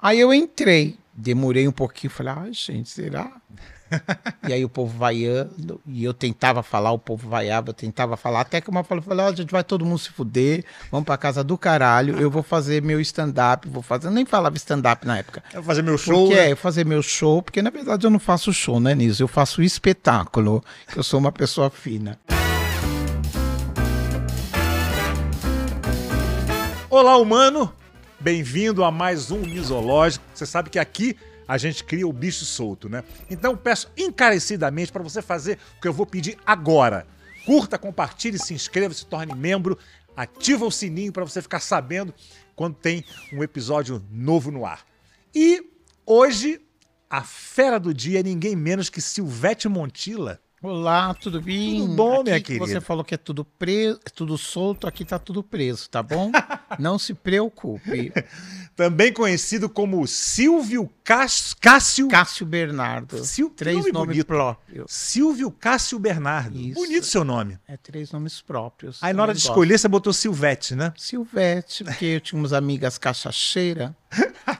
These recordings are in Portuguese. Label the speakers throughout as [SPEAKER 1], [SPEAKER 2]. [SPEAKER 1] Aí eu entrei, demorei um pouquinho, falei, ai, gente, será? e aí o povo vaiando, e eu tentava falar, o povo vaiava, eu tentava falar, até que uma falou, falou, ó, gente, vai todo mundo se fuder, vamos pra casa do caralho, eu vou fazer meu stand-up, vou fazer, eu nem falava stand-up na época.
[SPEAKER 2] Eu vou fazer meu show.
[SPEAKER 1] Porque
[SPEAKER 2] né?
[SPEAKER 1] é, eu fazer meu show, porque na verdade eu não faço show, né, Niso? Eu faço espetáculo, que eu sou uma pessoa fina.
[SPEAKER 2] Olá, humano! Bem-vindo a mais um Misológico. Você sabe que aqui a gente cria o bicho solto, né? Então peço encarecidamente para você fazer o que eu vou pedir agora. Curta, compartilhe, se inscreva, se torne membro, ativa o sininho para você ficar sabendo quando tem um episódio novo no ar. E hoje, a fera do dia é ninguém menos que Silvete Montila.
[SPEAKER 1] Olá, tudo bem?
[SPEAKER 2] Tudo bom, minha
[SPEAKER 1] Aqui que Você
[SPEAKER 2] querida?
[SPEAKER 1] falou que é tudo preso, é tudo solto, aqui tá tudo preso, tá bom? Não se preocupe.
[SPEAKER 2] também conhecido como Silvio Cas- Cássio.
[SPEAKER 1] Cássio Bernardo.
[SPEAKER 2] Sil-
[SPEAKER 1] Três
[SPEAKER 2] nome
[SPEAKER 1] nomes
[SPEAKER 2] bonito.
[SPEAKER 1] próprios.
[SPEAKER 2] Silvio Cássio Bernardo.
[SPEAKER 1] Isso.
[SPEAKER 2] Bonito seu nome.
[SPEAKER 1] É três nomes próprios.
[SPEAKER 2] Aí na hora
[SPEAKER 1] Eu
[SPEAKER 2] de
[SPEAKER 1] gosto.
[SPEAKER 2] escolher, você botou Silvete, né?
[SPEAKER 1] Silvete, porque eu tinha umas amigas cachacheiras,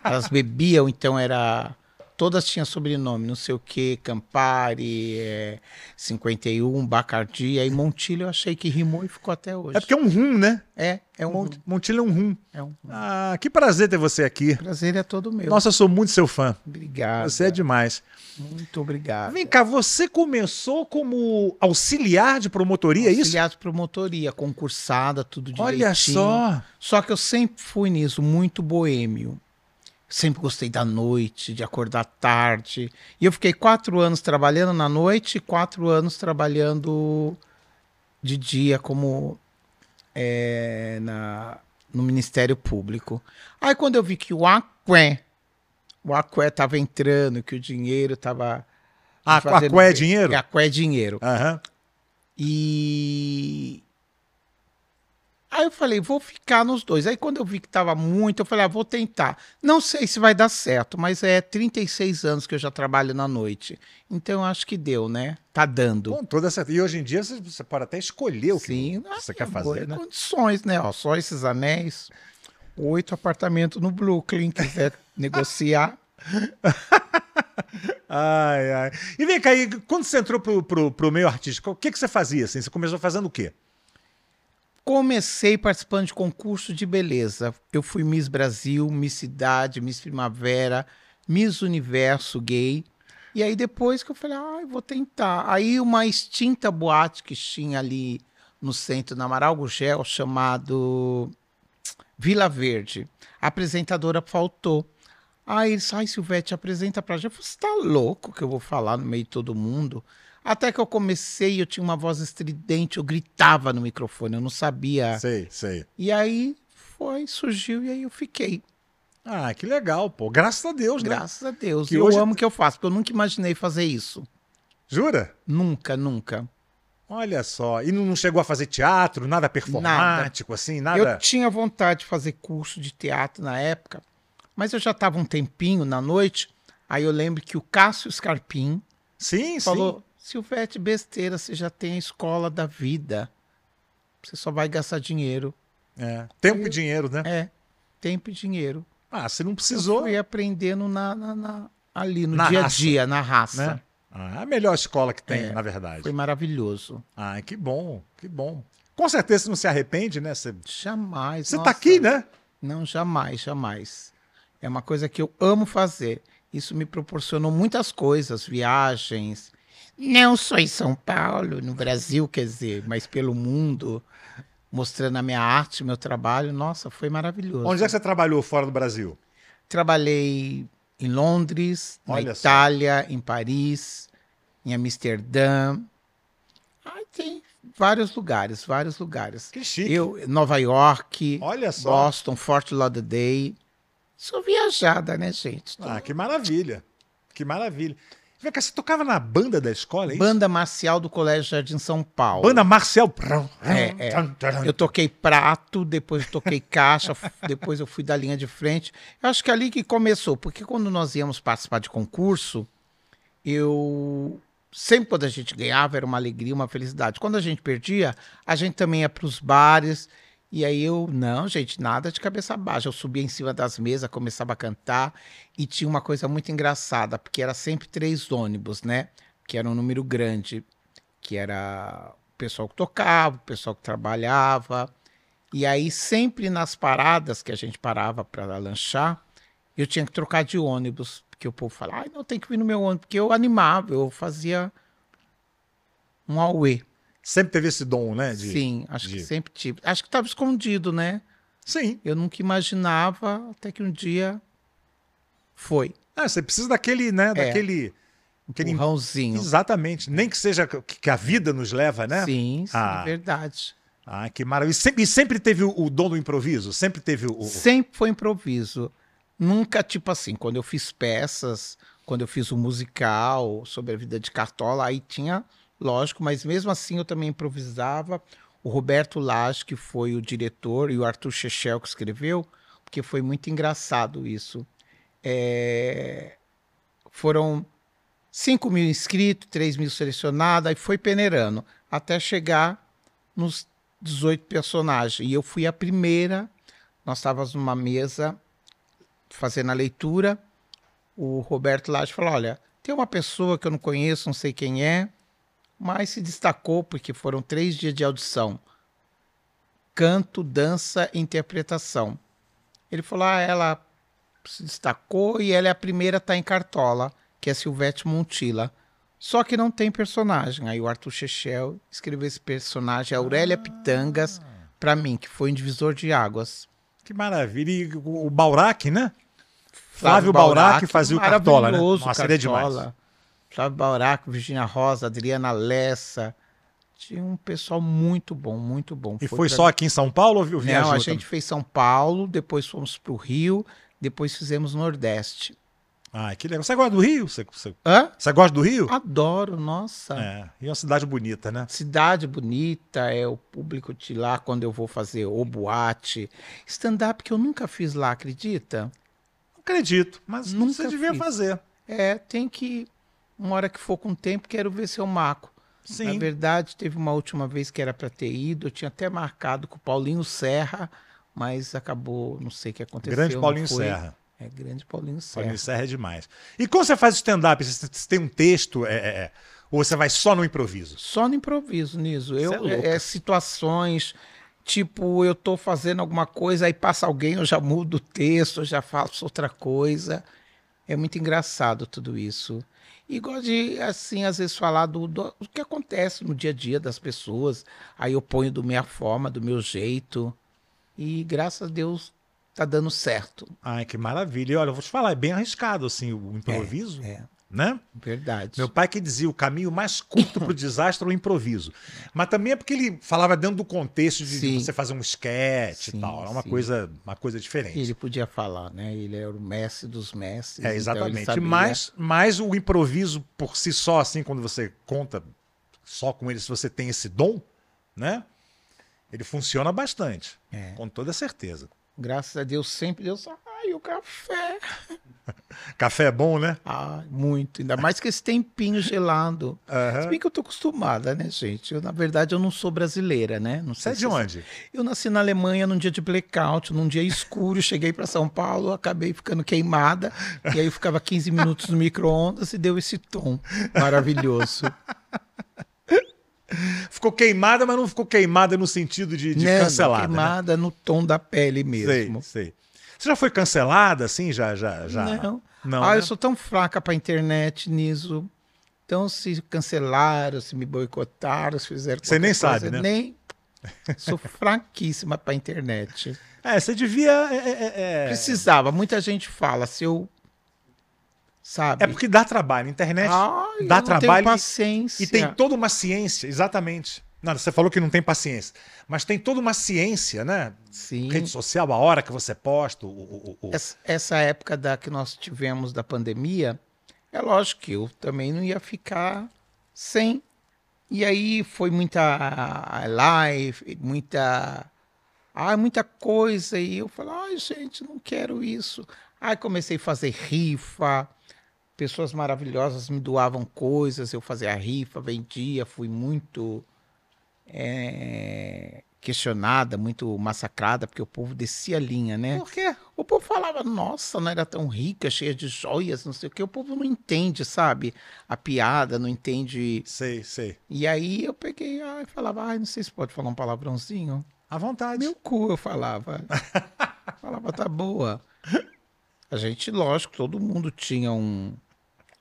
[SPEAKER 1] elas bebiam, então era. Todas tinham sobrenome, não sei o quê, Campari, é, 51, Bacardi, aí Montilho eu achei que rimou e ficou até hoje.
[SPEAKER 2] É porque é um rum, né?
[SPEAKER 1] É, é um,
[SPEAKER 2] Mont- Montilho é um rum.
[SPEAKER 1] é um
[SPEAKER 2] Ah, que prazer ter você aqui.
[SPEAKER 1] prazer, é todo meu.
[SPEAKER 2] Nossa, eu sou muito seu fã.
[SPEAKER 1] obrigado.
[SPEAKER 2] Você é demais.
[SPEAKER 1] Muito obrigado.
[SPEAKER 2] Vem cá, você começou como auxiliar de promotoria, é isso?
[SPEAKER 1] Auxiliar de promotoria, concursada, tudo direitinho.
[SPEAKER 2] Olha só.
[SPEAKER 1] Só que eu sempre fui nisso, muito boêmio. Sempre gostei da noite, de acordar tarde. E eu fiquei quatro anos trabalhando na noite e quatro anos trabalhando de dia como é, na, no Ministério Público. Aí quando eu vi que o Aqué, o Aqué estava entrando, que o dinheiro estava...
[SPEAKER 2] A, a qual é dinheiro?
[SPEAKER 1] Aqué é dinheiro.
[SPEAKER 2] Aham.
[SPEAKER 1] E. Aí eu falei, vou ficar nos dois. Aí quando eu vi que tava muito, eu falei, ah, vou tentar. Não sei se vai dar certo, mas é 36 anos que eu já trabalho na noite. Então eu acho que deu, né? Tá dando.
[SPEAKER 2] Com toda certeza. E hoje em dia você- você pode até escolher o que
[SPEAKER 1] Sim.
[SPEAKER 2] você
[SPEAKER 1] Ah,
[SPEAKER 2] quer
[SPEAKER 1] boa,
[SPEAKER 2] fazer, né?
[SPEAKER 1] Condições, né? Ó, só esses anéis. Oito apartamentos no Brooklyn, quiser negociar.
[SPEAKER 2] Ai, ai. E vem cá, e quando você entrou pro, pro, pro meio artístico, o que, que você fazia? Assim? Você começou fazendo o quê?
[SPEAKER 1] Comecei participando de concurso de beleza. Eu fui Miss Brasil, Miss Cidade, Miss Primavera, Miss Universo gay. E aí depois que eu falei, ah, eu vou tentar. Aí uma extinta boate que tinha ali no centro, na Amaral Gurgel, chamado Vila Verde. A apresentadora faltou. Aí eles, ai, Silvete, apresenta pra gente. Eu falei, você tá louco que eu vou falar no meio de todo mundo? Até que eu comecei, eu tinha uma voz estridente, eu gritava no microfone, eu não sabia.
[SPEAKER 2] Sei, sei.
[SPEAKER 1] E aí foi, surgiu e aí eu fiquei.
[SPEAKER 2] Ah, que legal, pô. Graças a Deus, né?
[SPEAKER 1] Graças a Deus.
[SPEAKER 2] Que
[SPEAKER 1] E eu
[SPEAKER 2] hoje-
[SPEAKER 1] amo o que eu faço, porque eu nunca imaginei fazer isso.
[SPEAKER 2] Jura?
[SPEAKER 1] Nunca, nunca.
[SPEAKER 2] Olha só. E não não chegou a fazer teatro, nada performático, assim,
[SPEAKER 1] Eu
[SPEAKER 2] nada.
[SPEAKER 1] tinha vontade de fazer curso de teatro na época, mas eu já estava um tempinho na noite. Aí eu lembro que o Cássio Scarpim
[SPEAKER 2] Sim, sim.
[SPEAKER 1] falou: Silvete, besteira, você já tem a escola da vida. Você só vai gastar dinheiro.
[SPEAKER 2] É. Tempo e dinheiro, né?
[SPEAKER 1] É, tempo e dinheiro.
[SPEAKER 2] Ah, você não
[SPEAKER 1] Eu
[SPEAKER 2] precisou,
[SPEAKER 1] fui aprendendo na, na- na- ali no
[SPEAKER 2] Na
[SPEAKER 1] dia a
[SPEAKER 2] raça.
[SPEAKER 1] dia, na raça.
[SPEAKER 2] né? Ah, a melhor escola que tem,
[SPEAKER 1] É.
[SPEAKER 2] na verdade.
[SPEAKER 1] Foi maravilhoso.
[SPEAKER 2] Ah, que bom, que bom. Com certeza você não se arrepende, né? Você,
[SPEAKER 1] Jamais.
[SPEAKER 2] você tá
[SPEAKER 1] nossa.
[SPEAKER 2] aqui, né?
[SPEAKER 1] Não, jamais, jamais. É uma coisa que eu amo fazer. Isso me proporcionou muitas coisas, viagens. Não só em São Paulo, no Brasil, quer dizer, mas pelo mundo, mostrando a minha arte, meu trabalho. Nossa, foi maravilhoso.
[SPEAKER 2] Onde é que você trabalhou fora do Brasil?
[SPEAKER 1] Trabalhei em Londres, na
[SPEAKER 2] Olha só.
[SPEAKER 1] Itália, em Paris, em Amsterdã. Ai, tem vários lugares, vários lugares.
[SPEAKER 2] Que chique.
[SPEAKER 1] Eu, Nova York,
[SPEAKER 2] Olha só.
[SPEAKER 1] Boston, Fort Lauderdale. Sou viajada, né, gente?
[SPEAKER 2] Ah, que maravilha. Que maravilha. Vem cá, você tocava na banda da escola, é isso?
[SPEAKER 1] Banda marcial do Colégio Jardim São Paulo.
[SPEAKER 2] Banda Marcel.
[SPEAKER 1] É,
[SPEAKER 2] né?
[SPEAKER 1] Eu toquei prato, depois eu toquei caixa, f- depois eu fui da linha de frente. Eu acho que é ali que começou, porque quando nós íamos participar de concurso, eu sempre quando a gente ganhava era uma alegria, uma felicidade. Quando a gente perdia, a gente também ia para os bares E aí eu, não, gente, nada de cabeça baixa. Eu subia em cima das mesas, começava a cantar. E tinha uma coisa muito engraçada, porque era sempre três ônibus, né? Que era um número grande. Que era o pessoal que tocava, o pessoal que trabalhava. E aí, sempre nas paradas que a gente parava para lanchar, eu tinha que trocar de ônibus. Porque o povo falava, ai, não tem que vir no meu ônibus. Porque eu animava, eu fazia um auê.
[SPEAKER 2] Sempre teve esse dom, né? de-
[SPEAKER 1] Sim, acho
[SPEAKER 2] de-
[SPEAKER 1] que sempre tive. Acho que estava escondido, né?
[SPEAKER 2] Sim.
[SPEAKER 1] Eu nunca imaginava até que um dia foi. Um
[SPEAKER 2] Ah, você precisa daquele, né?
[SPEAKER 1] É.
[SPEAKER 2] Daquele. aquele-
[SPEAKER 1] Empurrãozinho.
[SPEAKER 2] Exatamente. Nem que seja que que a vida nos leva, né?
[SPEAKER 1] Sim, sim,
[SPEAKER 2] Ah.
[SPEAKER 1] verdade.
[SPEAKER 2] Ah, que maravilha. E sempre, e sempre teve o, o dom do improviso? Sempre teve o. o-
[SPEAKER 1] Sempre foi improviso. Nunca, tipo assim, quando eu fiz peças, quando eu fiz um musical sobre a vida de Cartola, aí tinha, lógico, mas mesmo assim eu também improvisava. O Roberto Lage, que foi o diretor, e o Arthur Chechel que escreveu, porque foi muito engraçado isso. É, Foram 5 mil inscritos, 3 mil selecionados, aí foi peneirando, até chegar nos 18 personagens. E eu fui a primeira nós estávamos numa mesa fazendo a leitura. O Roberto Lage falou: Olha, tem uma pessoa que eu não conheço, não sei quem é, mas se destacou porque foram três dias de audição: canto, dança e interpretação. Ele falou: Ah, ela se destacou e ela é a primeira a estar em cartola, que é Silvete Montila. Só que não tem personagem. Aí o Arthur Chechel escreveu esse personagem, Aurélia Pitangas, para mim, que foi um divisor de águas.
[SPEAKER 2] Que maravilha. E o, o Baurac, né? Flávio Baurac que fazia o Cartola, né?
[SPEAKER 1] maravilhoso
[SPEAKER 2] Nossa, ele é demais.
[SPEAKER 1] Cartola. Flávio Baurac, Virginia Rosa, Adriana Lessa. Tinha um pessoal muito bom, muito bom.
[SPEAKER 2] E foi,
[SPEAKER 1] pra-
[SPEAKER 2] só aqui em São Paulo ou viu?
[SPEAKER 1] Não, a gente fez São Paulo, depois fomos pro Rio, depois fizemos Nordeste.
[SPEAKER 2] Ah, que legal. Você gosta do Rio? Você, você-
[SPEAKER 1] Hã?
[SPEAKER 2] você gosta do Rio?
[SPEAKER 1] Ah, Adoro, nossa.
[SPEAKER 2] É. E é uma cidade bonita, né?
[SPEAKER 1] Cidade bonita, é o público de lá quando eu vou fazer o boate. Stand-up que eu nunca fiz lá, acredita?
[SPEAKER 2] Não acredito, mas
[SPEAKER 1] Nunca
[SPEAKER 2] você devia
[SPEAKER 1] fiz.
[SPEAKER 2] fazer.
[SPEAKER 1] É, tem que. Uma hora que for com o tempo, quero ver se eu marco. Na
[SPEAKER 2] Sim.
[SPEAKER 1] verdade, teve uma última vez que era para ter ido, eu tinha até marcado com o Paulinho Serra, mas acabou, não sei o que aconteceu.
[SPEAKER 2] Grande
[SPEAKER 1] não
[SPEAKER 2] Paulinho
[SPEAKER 1] foi.
[SPEAKER 2] Serra.
[SPEAKER 1] É, grande Paulinho Serra.
[SPEAKER 2] Paulinho Serra é demais. E quando você faz stand-up, você você tem um texto? é, é, é, ou você vai só no improviso?
[SPEAKER 1] Só no improviso, Niso.
[SPEAKER 2] Cê
[SPEAKER 1] Eu,
[SPEAKER 2] é louca.
[SPEAKER 1] é, é situações, tipo, eu tô fazendo alguma coisa, aí passa alguém, eu já mudo o texto, eu já faço outra coisa. É muito engraçado tudo isso. E gosto de, assim, às vezes falar do, do, do que acontece no dia a dia das pessoas. Aí eu ponho do minha forma, do meu jeito. E graças a Deus tá dando certo.
[SPEAKER 2] Ai, que maravilha. E olha, eu vou te falar, é bem arriscado assim o improviso,
[SPEAKER 1] É,
[SPEAKER 2] né?
[SPEAKER 1] verdade.
[SPEAKER 2] Meu pai que dizia o caminho mais curto para o desastre é o improviso. Mas também é porque ele falava dentro do contexto de, de
[SPEAKER 1] Sim.
[SPEAKER 2] você fazer um sketch e
[SPEAKER 1] Sim,
[SPEAKER 2] tal. É uma
[SPEAKER 1] sim.
[SPEAKER 2] coisa, uma coisa diferente.
[SPEAKER 1] Ele podia falar, né? Ele era o mestre dos mestres.
[SPEAKER 2] É, exatamente.
[SPEAKER 1] Então ele sabia.
[SPEAKER 2] mas, mas o improviso por si só, assim, quando você conta só com ele, se você tem esse dom, né? Ele funciona bastante.
[SPEAKER 1] É.
[SPEAKER 2] Com toda certeza.
[SPEAKER 1] Graças a Deus, sempre Deus. Ai, o café.
[SPEAKER 2] Café é bom, né?
[SPEAKER 1] Ah, muito. Ainda mais que esse tempinho gelado. Se
[SPEAKER 2] Aham.
[SPEAKER 1] bem que eu tô acostumada, né, gente? Eu, na verdade, eu não sou brasileira, né? Não
[SPEAKER 2] Você
[SPEAKER 1] sei
[SPEAKER 2] é de
[SPEAKER 1] se-
[SPEAKER 2] onde?
[SPEAKER 1] Eu nasci na Alemanha num dia de blackout, num dia escuro. Cheguei para São Paulo, acabei ficando queimada. E aí eu ficava 15 minutos no micro-ondas e deu esse tom maravilhoso.
[SPEAKER 2] Ficou queimada, mas não ficou queimada no sentido de, de
[SPEAKER 1] Né?
[SPEAKER 2] cancelada. né?
[SPEAKER 1] Queimada no tom da pele mesmo.
[SPEAKER 2] Sei, sei. Você já foi cancelada, assim? Já, já, já?
[SPEAKER 1] Não.
[SPEAKER 2] Não,
[SPEAKER 1] ah,
[SPEAKER 2] né?
[SPEAKER 1] eu sou tão fraca pra internet nisso. Então, se cancelaram, se me boicotaram, se fizeram.
[SPEAKER 2] Você nem
[SPEAKER 1] qualquer coisa,
[SPEAKER 2] sabe, né?
[SPEAKER 1] Nem. Sou fraquíssima pra internet.
[SPEAKER 2] É, você devia... É, é- é-
[SPEAKER 1] Precisava. Muita gente fala, se eu. Sabe?
[SPEAKER 2] é porque dá trabalho. Internet
[SPEAKER 1] Ai, eu
[SPEAKER 2] dá
[SPEAKER 1] não
[SPEAKER 2] trabalho
[SPEAKER 1] Tenho
[SPEAKER 2] e-
[SPEAKER 1] paciência.
[SPEAKER 2] E tem toda uma ciência, exatamente. Não, você falou que não tem paciência, mas tem toda uma ciência, né?
[SPEAKER 1] Sim.
[SPEAKER 2] Rede social, a hora que você posta, o, o- o- o-
[SPEAKER 1] Essa, É, essa época da que nós tivemos da pandemia, é lógico que eu também não ia ficar sem. E aí foi muita ah, live, muita. Ai, muita coisa. E eu falei, ai, gente, não quero isso. Aí comecei a fazer rifa. Pessoas maravilhosas me doavam coisas, eu fazia rifa, vendia, fui muito eh, questionada, muito massacrada, porque o povo descia a linha, né?
[SPEAKER 2] Por quê?
[SPEAKER 1] O povo falava, nossa, não era tão rica, cheia de joias, não sei o quê. O povo não entende, sabe? A piada, não entende.
[SPEAKER 2] Sei, sei.
[SPEAKER 1] E aí eu peguei ah, e falava, ai, não sei se pode falar um palavrãozinho.
[SPEAKER 2] À vontade.
[SPEAKER 1] Meu cu, eu falava. falava, tá boa. A gente, lógico, todo mundo tinha um,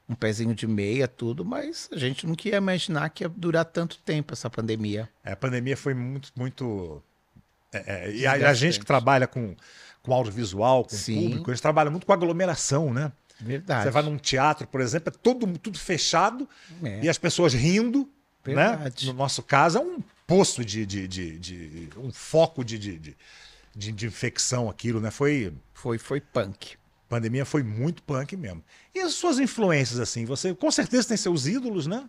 [SPEAKER 1] um pezinho de meia, tudo, mas a gente nunca ia imaginar que ia durar tanto tempo essa pandemia.
[SPEAKER 2] É, a pandemia foi muito, muito. é, é, e a, a gente que trabalha com, com audiovisual, com
[SPEAKER 1] Sim.
[SPEAKER 2] público, a gente trabalha muito com aglomeração, né?
[SPEAKER 1] Verdade.
[SPEAKER 2] Você vai num teatro, por exemplo, é todo, tudo fechado
[SPEAKER 1] É,
[SPEAKER 2] e as pessoas rindo,
[SPEAKER 1] Verdade.
[SPEAKER 2] né? No nosso caso, é um poço de. de, de, de- um foco de, de, de, de- de infecção aquilo, né? Foi.
[SPEAKER 1] Foi, foi punk.
[SPEAKER 2] a Pandemia foi muito punk mesmo. E as suas influências, assim? Você com certeza tem seus ídolos, né?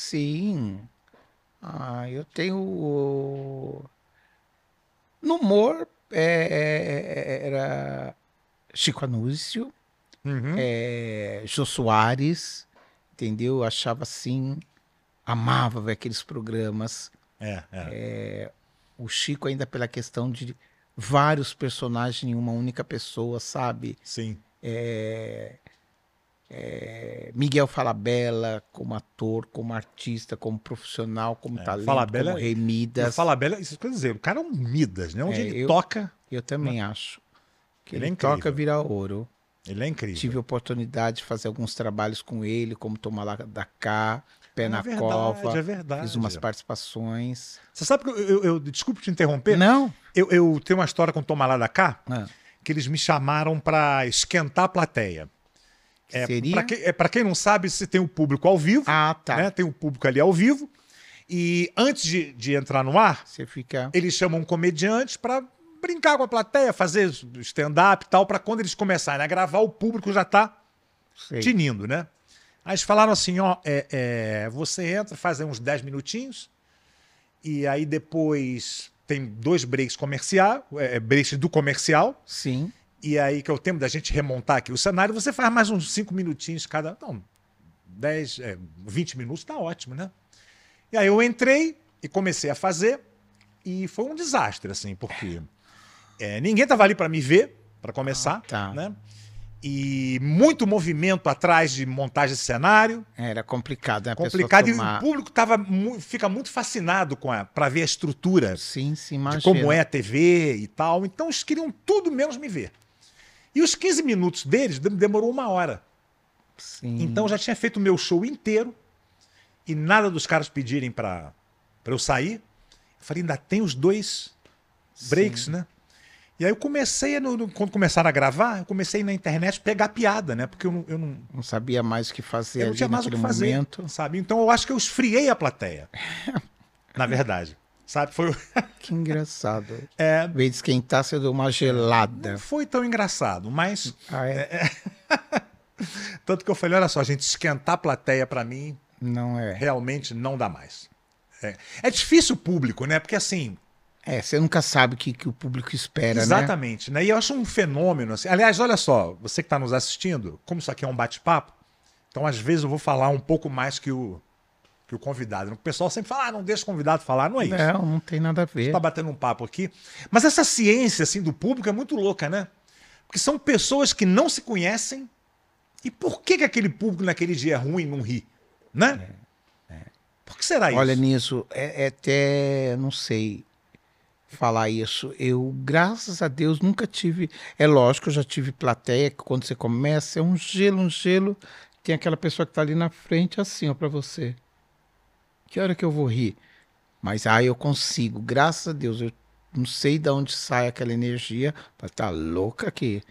[SPEAKER 1] Sim. Ah, eu tenho. No humor, é, é, é, era Chico Anúncio,
[SPEAKER 2] Uhum.
[SPEAKER 1] é, Jô Soares, entendeu? Eu Achava assim, amava ver aqueles programas.
[SPEAKER 2] É, é.
[SPEAKER 1] O Chico, ainda pela questão de vários personagens em uma única pessoa, sabe?
[SPEAKER 2] Sim.
[SPEAKER 1] É, Miguel Falabella, como ator, como artista, como profissional, como
[SPEAKER 2] É,
[SPEAKER 1] talento,
[SPEAKER 2] Falabella-
[SPEAKER 1] como
[SPEAKER 2] E o
[SPEAKER 1] Remidas.
[SPEAKER 2] Falabella, isso quer dizer, o cara é um Midas, né? Onde
[SPEAKER 1] É,
[SPEAKER 2] ele
[SPEAKER 1] eu-
[SPEAKER 2] toca,
[SPEAKER 1] Eu também acho. Que
[SPEAKER 2] Ele
[SPEAKER 1] ele,
[SPEAKER 2] é incrível.
[SPEAKER 1] toca vira ouro.
[SPEAKER 2] ele é incrível.
[SPEAKER 1] Tive a oportunidade de fazer alguns trabalhos com ele, como Tomar lá da cá, Pé
[SPEAKER 2] É
[SPEAKER 1] na
[SPEAKER 2] verdade,
[SPEAKER 1] Cova.
[SPEAKER 2] É verdade.
[SPEAKER 1] Fiz umas participações.
[SPEAKER 2] Você sabe que eu, eu, eu- desculpe te interromper,
[SPEAKER 1] Não?
[SPEAKER 2] eu, eu tenho uma história com o Tomalá da cá,
[SPEAKER 1] Ah,
[SPEAKER 2] que eles me chamaram pra esquentar a plateia. É,
[SPEAKER 1] seria?
[SPEAKER 2] Pra, que, é, pra quem não sabe, se tem o público ao vivo,
[SPEAKER 1] Ah, tá.
[SPEAKER 2] né? Tem o público ali ao vivo. E antes de, de entrar no ar,
[SPEAKER 1] Você fica.
[SPEAKER 2] eles chamam comediantes pra brincar com a plateia, fazer stand-up e tal, pra quando eles começarem a gravar, o público já tá
[SPEAKER 1] Sei.
[SPEAKER 2] tinindo, né? Aí eles falaram assim, ó, é, é, você entra, faz aí uns 10 minutinhos, e aí depois tem dois breaks comercial, é, é, breaks do comercial,
[SPEAKER 1] Sim.
[SPEAKER 2] e aí que é o tempo da gente remontar aqui o cenário, você faz mais uns 5 minutinhos cada, não, 10, é, 20 minutos, tá ótimo, né? E aí eu entrei e comecei a fazer, e foi um desastre, assim, porque é, ninguém tava ali para me ver, para começar,
[SPEAKER 1] tá.
[SPEAKER 2] né? E muito movimento atrás de montagem de cenário,
[SPEAKER 1] Era complicado, né? A pessoa
[SPEAKER 2] complicado, e o
[SPEAKER 1] tomar-
[SPEAKER 2] público tava, mu- fica muito fascinado com a para ver a estrutura
[SPEAKER 1] Sim, sim,
[SPEAKER 2] de
[SPEAKER 1] imagina.
[SPEAKER 2] como é a TV e tal. Então eles queriam tudo menos me ver. E os 15 minutos deles dem- demorou uma hora.
[SPEAKER 1] Sim.
[SPEAKER 2] Então eu já tinha feito o meu show inteiro e nada dos caras pedirem para eu sair. Eu falei, ainda tem os dois breaks, né? E aí eu comecei, a no- no- quando começaram a gravar, eu comecei na internet pegar piada, né? Porque eu não- eu não,
[SPEAKER 1] Não sabia mais o que fazer
[SPEAKER 2] eu não
[SPEAKER 1] ali
[SPEAKER 2] tinha mais o
[SPEAKER 1] naquele
[SPEAKER 2] que fazer,
[SPEAKER 1] momento.
[SPEAKER 2] sabe? Então eu acho que eu esfriei a plateia, na verdade, sabe? Foi,
[SPEAKER 1] Que engraçado.
[SPEAKER 2] é,
[SPEAKER 1] Em vez de esquentar, você deu uma gelada.
[SPEAKER 2] não foi tão engraçado, mas
[SPEAKER 1] Ah, é?
[SPEAKER 2] tanto que eu falei, olha só, gente, esquentar a plateia pra mim
[SPEAKER 1] Não é.
[SPEAKER 2] realmente não dá mais. É, é difícil o público, né? Porque assim,
[SPEAKER 1] É, você nunca sabe o que, que o público espera, né?
[SPEAKER 2] exatamente, né? E eu acho um fenômeno assim. Aliás, olha só, você que está nos assistindo, como isso aqui é um bate-papo, então às vezes eu vou falar um pouco mais que o que o convidado. O pessoal sempre fala, ah, não deixa o convidado falar, não é isso.
[SPEAKER 1] Não, não tem nada a ver.
[SPEAKER 2] tá batendo um papo aqui. Mas essa ciência assim do público é muito louca, né? Porque são pessoas que não se conhecem. E por que, que aquele público naquele dia é ruim e não ri? Né? Por que será
[SPEAKER 1] Olha,
[SPEAKER 2] isso?
[SPEAKER 1] nisso, é, é até. Não sei falar isso. Eu, graças a Deus, nunca tive. É lógico, eu já tive plateia, que quando você começa, é um gelo, um gelo. Tem aquela pessoa que tá ali na frente, assim, ó, pra você. Que hora que eu vou rir? Mas aí eu consigo, graças a Deus. Eu não sei de onde sai aquela energia. Mas tá louca aqui.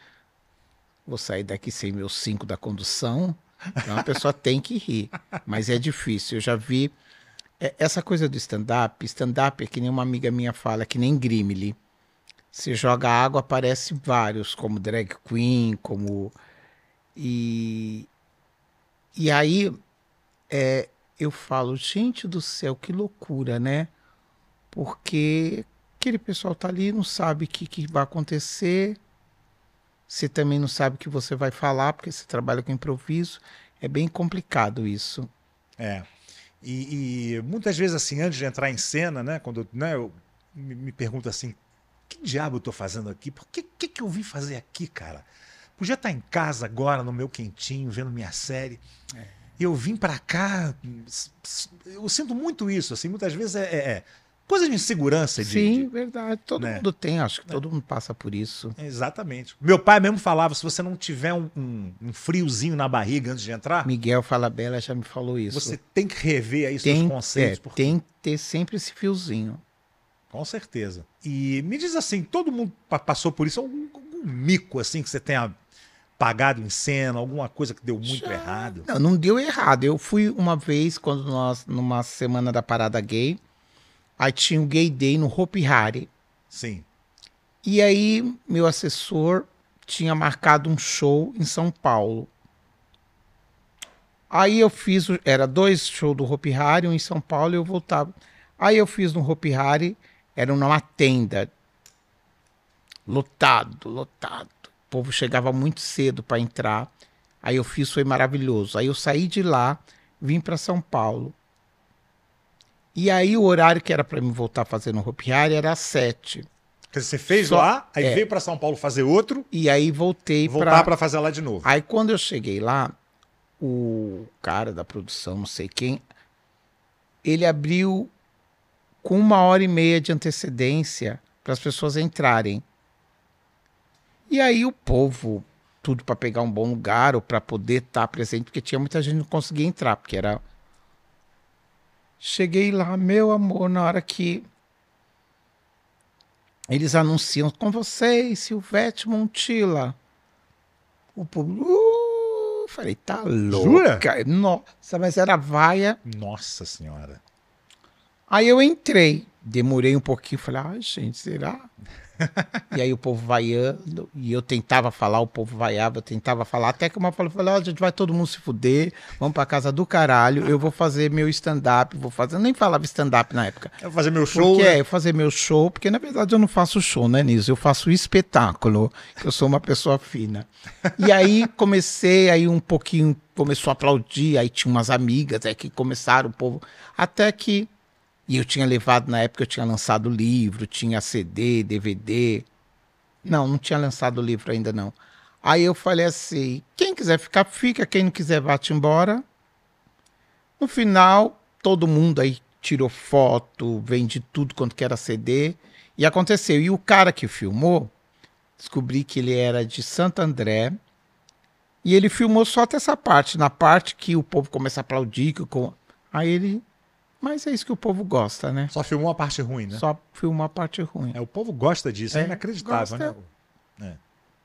[SPEAKER 1] Vou sair daqui sem meus cinco da condução. Então a pessoa tem que rir. Mas é difícil. Eu já vi. é, essa coisa do stand-up, stand-up é que nem uma amiga minha fala, que nem Grimley. Você joga água, aparece vários, como drag queen, como. E. E aí é, eu falo, gente do céu, que loucura, né? Porque aquele pessoal tá ali, não sabe o que, que vai acontecer. Você também não sabe o que você vai falar, porque você trabalha com improviso. É bem complicado isso.
[SPEAKER 2] É. E, e muitas vezes, assim, antes de entrar em cena, né? Quando eu, né, eu me, me pergunta assim: que diabo eu tô fazendo aqui? Por que, que, que eu vim fazer aqui, cara? Podia estar em casa agora, no meu quentinho, vendo minha série.
[SPEAKER 1] É.
[SPEAKER 2] Eu vim pra cá. s- s- Eu sinto muito isso, assim, muitas vezes é, é- é coisa de insegurança. de- de-
[SPEAKER 1] Sim, verdade. Todo
[SPEAKER 2] né?
[SPEAKER 1] mundo tem, acho que todo mundo passa por isso.
[SPEAKER 2] Exatamente. Meu pai mesmo falava: se você não tiver um, um- um friozinho na barriga antes de entrar,
[SPEAKER 1] Miguel Falabella já me falou isso.
[SPEAKER 2] você tem que rever aí
[SPEAKER 1] tem,
[SPEAKER 2] seus conceitos.
[SPEAKER 1] é,
[SPEAKER 2] porque-
[SPEAKER 1] tem que ter sempre esse fiozinho.
[SPEAKER 2] Com certeza. E me diz assim: todo mundo pa- passou por isso? Algum, algum mico assim que você tenha pagado em cena, alguma coisa que deu muito
[SPEAKER 1] Já.
[SPEAKER 2] errado?
[SPEAKER 1] Não, não deu errado. Eu fui uma vez, quando nós, numa semana da parada gay, aí tinha um gay day no Hopi Hari.
[SPEAKER 2] Sim.
[SPEAKER 1] E aí, meu assessor tinha marcado um show em São Paulo. Aí eu fiz, o- era dois shows do Hopi Hari, um em São Paulo e eu voltava. Aí eu fiz no Hopi Hari, era numa tenda. Lotado, lotado. O povo chegava muito cedo para entrar. Aí eu fiz, foi maravilhoso. Aí eu saí de lá, vim para São Paulo. E aí o horário que era para mim voltar a fazer no Hopi Hari era às sete.
[SPEAKER 2] Quer dizer, Você fez
[SPEAKER 1] Só-
[SPEAKER 2] lá, aí
[SPEAKER 1] é.
[SPEAKER 2] veio pra São Paulo fazer outro,
[SPEAKER 1] E aí voltei
[SPEAKER 2] voltar
[SPEAKER 1] para
[SPEAKER 2] pra fazer lá de novo.
[SPEAKER 1] Aí quando eu cheguei lá, o cara da produção, não sei quem, ele abriu com uma hora e meia de antecedência para as pessoas entrarem. E aí o povo, tudo para pegar um bom lugar ou para poder estar presente, porque tinha muita gente que não conseguia entrar, porque era. Cheguei lá, meu amor, na hora que eles anunciam com vocês, Silvete Montila. O público. "Uh!" falei, tá louca? Nossa, mas era vaia.
[SPEAKER 2] Nossa Senhora.
[SPEAKER 1] Aí eu entrei. Demorei um pouquinho, falei, ai, gente, será? e aí o povo vaiando, e eu tentava falar, o povo vaiava, eu tentava falar, até que uma falou, falou, ó, a gente vai todo mundo se fuder, vamos pra casa do caralho, eu vou fazer meu stand-up, vou fazer, eu nem falava stand-up na época.
[SPEAKER 2] Eu vou fazer meu show.
[SPEAKER 1] Porque
[SPEAKER 2] né?
[SPEAKER 1] é, eu fazer meu show, porque na verdade eu não faço show, né, Niso? Eu faço espetáculo, que eu sou uma pessoa fina. E aí comecei, aí um pouquinho, começou a aplaudir, aí tinha umas amigas aí que começaram o povo, até que, e eu tinha levado, na época eu tinha lançado livro, tinha CD, DVD, não, não tinha lançado o livro ainda não. Aí eu falei assim, quem quiser ficar, fica, quem não quiser, vá-te embora. No final, todo mundo aí tirou foto, vende tudo quanto que era CD. E aconteceu. E o cara que filmou, descobri que ele era de Santo André. E ele filmou só até essa parte. Na parte que o povo começa a aplaudir. Que o co- Aí ele. Mas é isso que o povo gosta, né?
[SPEAKER 2] Só filmou a parte ruim, né?
[SPEAKER 1] Só filmou a parte ruim.
[SPEAKER 2] É, o povo gosta disso, é,
[SPEAKER 1] É,
[SPEAKER 2] inacreditável,
[SPEAKER 1] gosta.
[SPEAKER 2] né? É.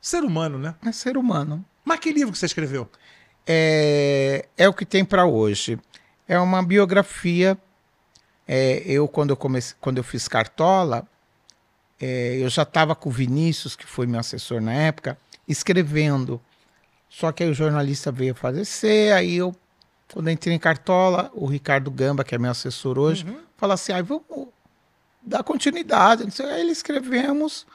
[SPEAKER 2] Ser humano, né?
[SPEAKER 1] É ser humano.
[SPEAKER 2] Mas que livro que você escreveu?
[SPEAKER 1] é, é o que tem para hoje. É uma biografia. É, eu quando eu comecei, quando eu fiz Cartola, é, eu já estava com o Vinícius, que foi meu assessor na época, escrevendo. Só que aí o jornalista veio falecer, aí eu quando eu entrei em Cartola, o Ricardo Gamba, que é meu assessor hoje,
[SPEAKER 2] Uhum.
[SPEAKER 1] fala assim: "Ai, vamos dar continuidade". Não sei, Aí ele escrevemos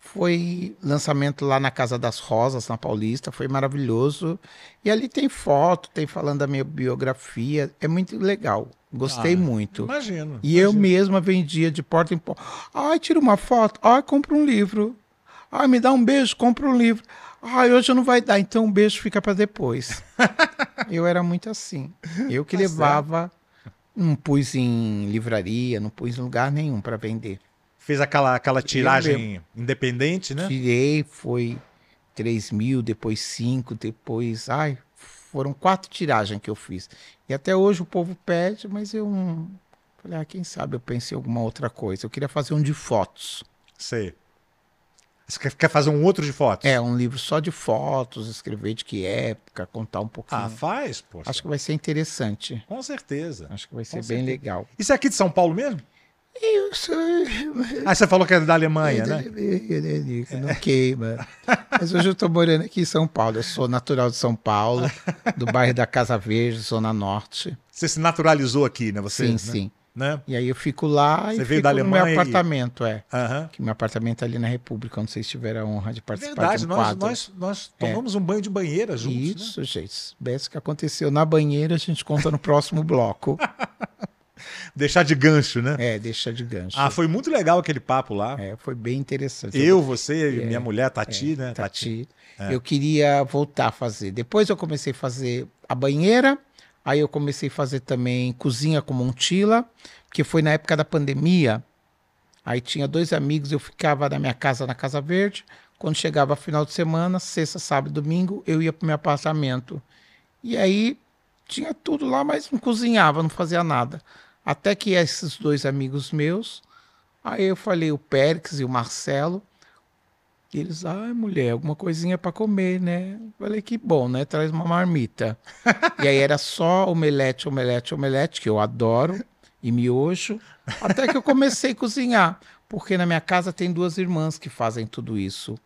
[SPEAKER 1] foi lançamento lá na Casa das Rosas, na Paulista, foi maravilhoso. E ali tem foto, tem falando da minha biografia, é muito legal. Gostei
[SPEAKER 2] Ah,
[SPEAKER 1] muito.
[SPEAKER 2] Imagino.
[SPEAKER 1] E eu
[SPEAKER 2] imagino.
[SPEAKER 1] mesma vendia de porta em porta. Ai, tira uma foto. Ai, compra um livro. Ai, me dá um beijo, compra um livro. Ai, hoje não vai dar, então um beijo fica para depois. eu era muito assim. Eu que
[SPEAKER 2] Tá
[SPEAKER 1] levava, não pus em livraria, não pus em lugar nenhum para vender.
[SPEAKER 2] Fez aquela, aquela tiragem independente, né?
[SPEAKER 1] Tirei, foi 3 mil, depois 5, depois. Ai, foram quatro tiragens que eu fiz. E até hoje o povo pede, mas eu não. Falei, ah, quem sabe eu pensei em alguma outra coisa. Eu queria fazer um de fotos.
[SPEAKER 2] Sei. Você quer, quer fazer um outro de fotos?
[SPEAKER 1] É, um livro só de fotos, escrever de que época, contar um pouquinho.
[SPEAKER 2] Ah, faz, poxa.
[SPEAKER 1] Acho que vai ser interessante.
[SPEAKER 2] Com certeza.
[SPEAKER 1] Acho que vai ser bem
[SPEAKER 2] certeza. É
[SPEAKER 1] legal.
[SPEAKER 2] Isso é aqui de São Paulo mesmo?
[SPEAKER 1] Eu sou.
[SPEAKER 2] Ah, você falou que era da Alemanha,
[SPEAKER 1] É,
[SPEAKER 2] né?
[SPEAKER 1] Não queima. Mas hoje eu tô morando aqui em São Paulo. Eu sou natural de São Paulo, do bairro da Casa Verde, Zona Norte.
[SPEAKER 2] Você se naturalizou aqui, né? Você,
[SPEAKER 1] sim,
[SPEAKER 2] né?
[SPEAKER 1] sim.
[SPEAKER 2] Né?
[SPEAKER 1] E aí eu fico lá e
[SPEAKER 2] Você veio
[SPEAKER 1] fico
[SPEAKER 2] da
[SPEAKER 1] no meu
[SPEAKER 2] Alemanha e-
[SPEAKER 1] apartamento, é.
[SPEAKER 2] Aham.
[SPEAKER 1] Que meu apartamento é ali na República, onde vocês tiveram a honra de participar
[SPEAKER 2] Verdade,
[SPEAKER 1] de um
[SPEAKER 2] nós,
[SPEAKER 1] quadro.
[SPEAKER 2] nós, nós tomamos um banho de banheira juntos, né?
[SPEAKER 1] Isso, gente. Bem, Isso que aconteceu na banheira, a gente conta no próximo bloco.
[SPEAKER 2] Deixar de gancho, né?
[SPEAKER 1] É, deixa de gancho.
[SPEAKER 2] Ah, foi muito legal aquele papo lá.
[SPEAKER 1] É, foi bem interessante.
[SPEAKER 2] Eu, você, minha mulher, Tati, né?
[SPEAKER 1] é, Tati. Tá Eu queria voltar a fazer. Depois eu comecei a fazer a banheira, aí eu comecei a fazer também cozinha com Montila, que foi na época da pandemia. Aí tinha dois amigos, eu ficava na minha casa, na Casa Verde. Quando chegava final de semana, sexta, sábado, domingo, eu ia pro meu apartamento. E aí tinha tudo lá, mas não cozinhava, não fazia nada. Até que esses dois amigos meus, aí eu falei, o Périx e o Marcelo, e eles, ai mulher, alguma coisinha pra comer, né? Falei, que bom, né? Traz uma marmita. e aí era só omelete, omelete, omelete, que eu adoro, e miojo. Até que eu comecei a cozinhar, porque na minha casa tem duas irmãs que fazem tudo isso.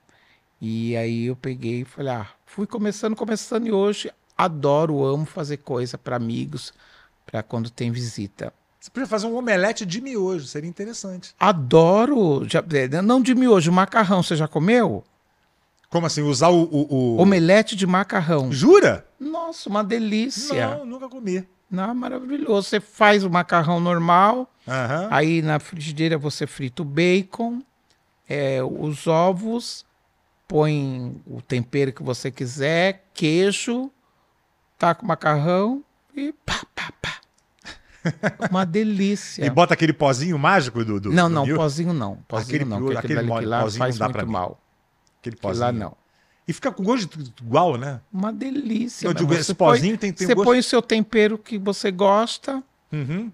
[SPEAKER 1] E aí eu peguei e falei, ah, fui começando, começando, e hoje adoro, amo fazer coisa pra amigos, pra quando tem visita.
[SPEAKER 2] Você podia fazer um omelete de miojo, seria interessante.
[SPEAKER 1] Adoro, já- é, não de miojo, macarrão, você já comeu?
[SPEAKER 2] Como assim? Usar o. o, o-
[SPEAKER 1] Omelete de macarrão.
[SPEAKER 2] Jura?
[SPEAKER 1] Nossa, uma delícia.
[SPEAKER 2] Não, nunca comi.
[SPEAKER 1] Não, maravilhoso. Você faz o macarrão normal,
[SPEAKER 2] Aham.
[SPEAKER 1] aí na frigideira você frita o bacon, é, os ovos, põe o tempero que você quiser, queijo, taca o macarrão e pá, pá, pá. Uma delícia.
[SPEAKER 2] E bota aquele pozinho mágico do. do
[SPEAKER 1] não,
[SPEAKER 2] do
[SPEAKER 1] não,
[SPEAKER 2] mil?
[SPEAKER 1] pozinho não. Pozinho
[SPEAKER 2] Aquele
[SPEAKER 1] não,
[SPEAKER 2] piolho,
[SPEAKER 1] porque aquele,
[SPEAKER 2] aquele mole,
[SPEAKER 1] ali que lá
[SPEAKER 2] pozinho
[SPEAKER 1] faz
[SPEAKER 2] não dá pra
[SPEAKER 1] muito
[SPEAKER 2] mim.
[SPEAKER 1] mal. Aquele
[SPEAKER 2] Aquele pozinho.
[SPEAKER 1] lá não.
[SPEAKER 2] E fica com gosto de tudo igual, né?
[SPEAKER 1] Uma delícia.
[SPEAKER 2] Eu
[SPEAKER 1] meu
[SPEAKER 2] digo,
[SPEAKER 1] irmão.
[SPEAKER 2] esse
[SPEAKER 1] Você põe-
[SPEAKER 2] pozinho tem, tem
[SPEAKER 1] Você
[SPEAKER 2] gosto.
[SPEAKER 1] põe o seu tempero que você gosta,
[SPEAKER 2] Uhum.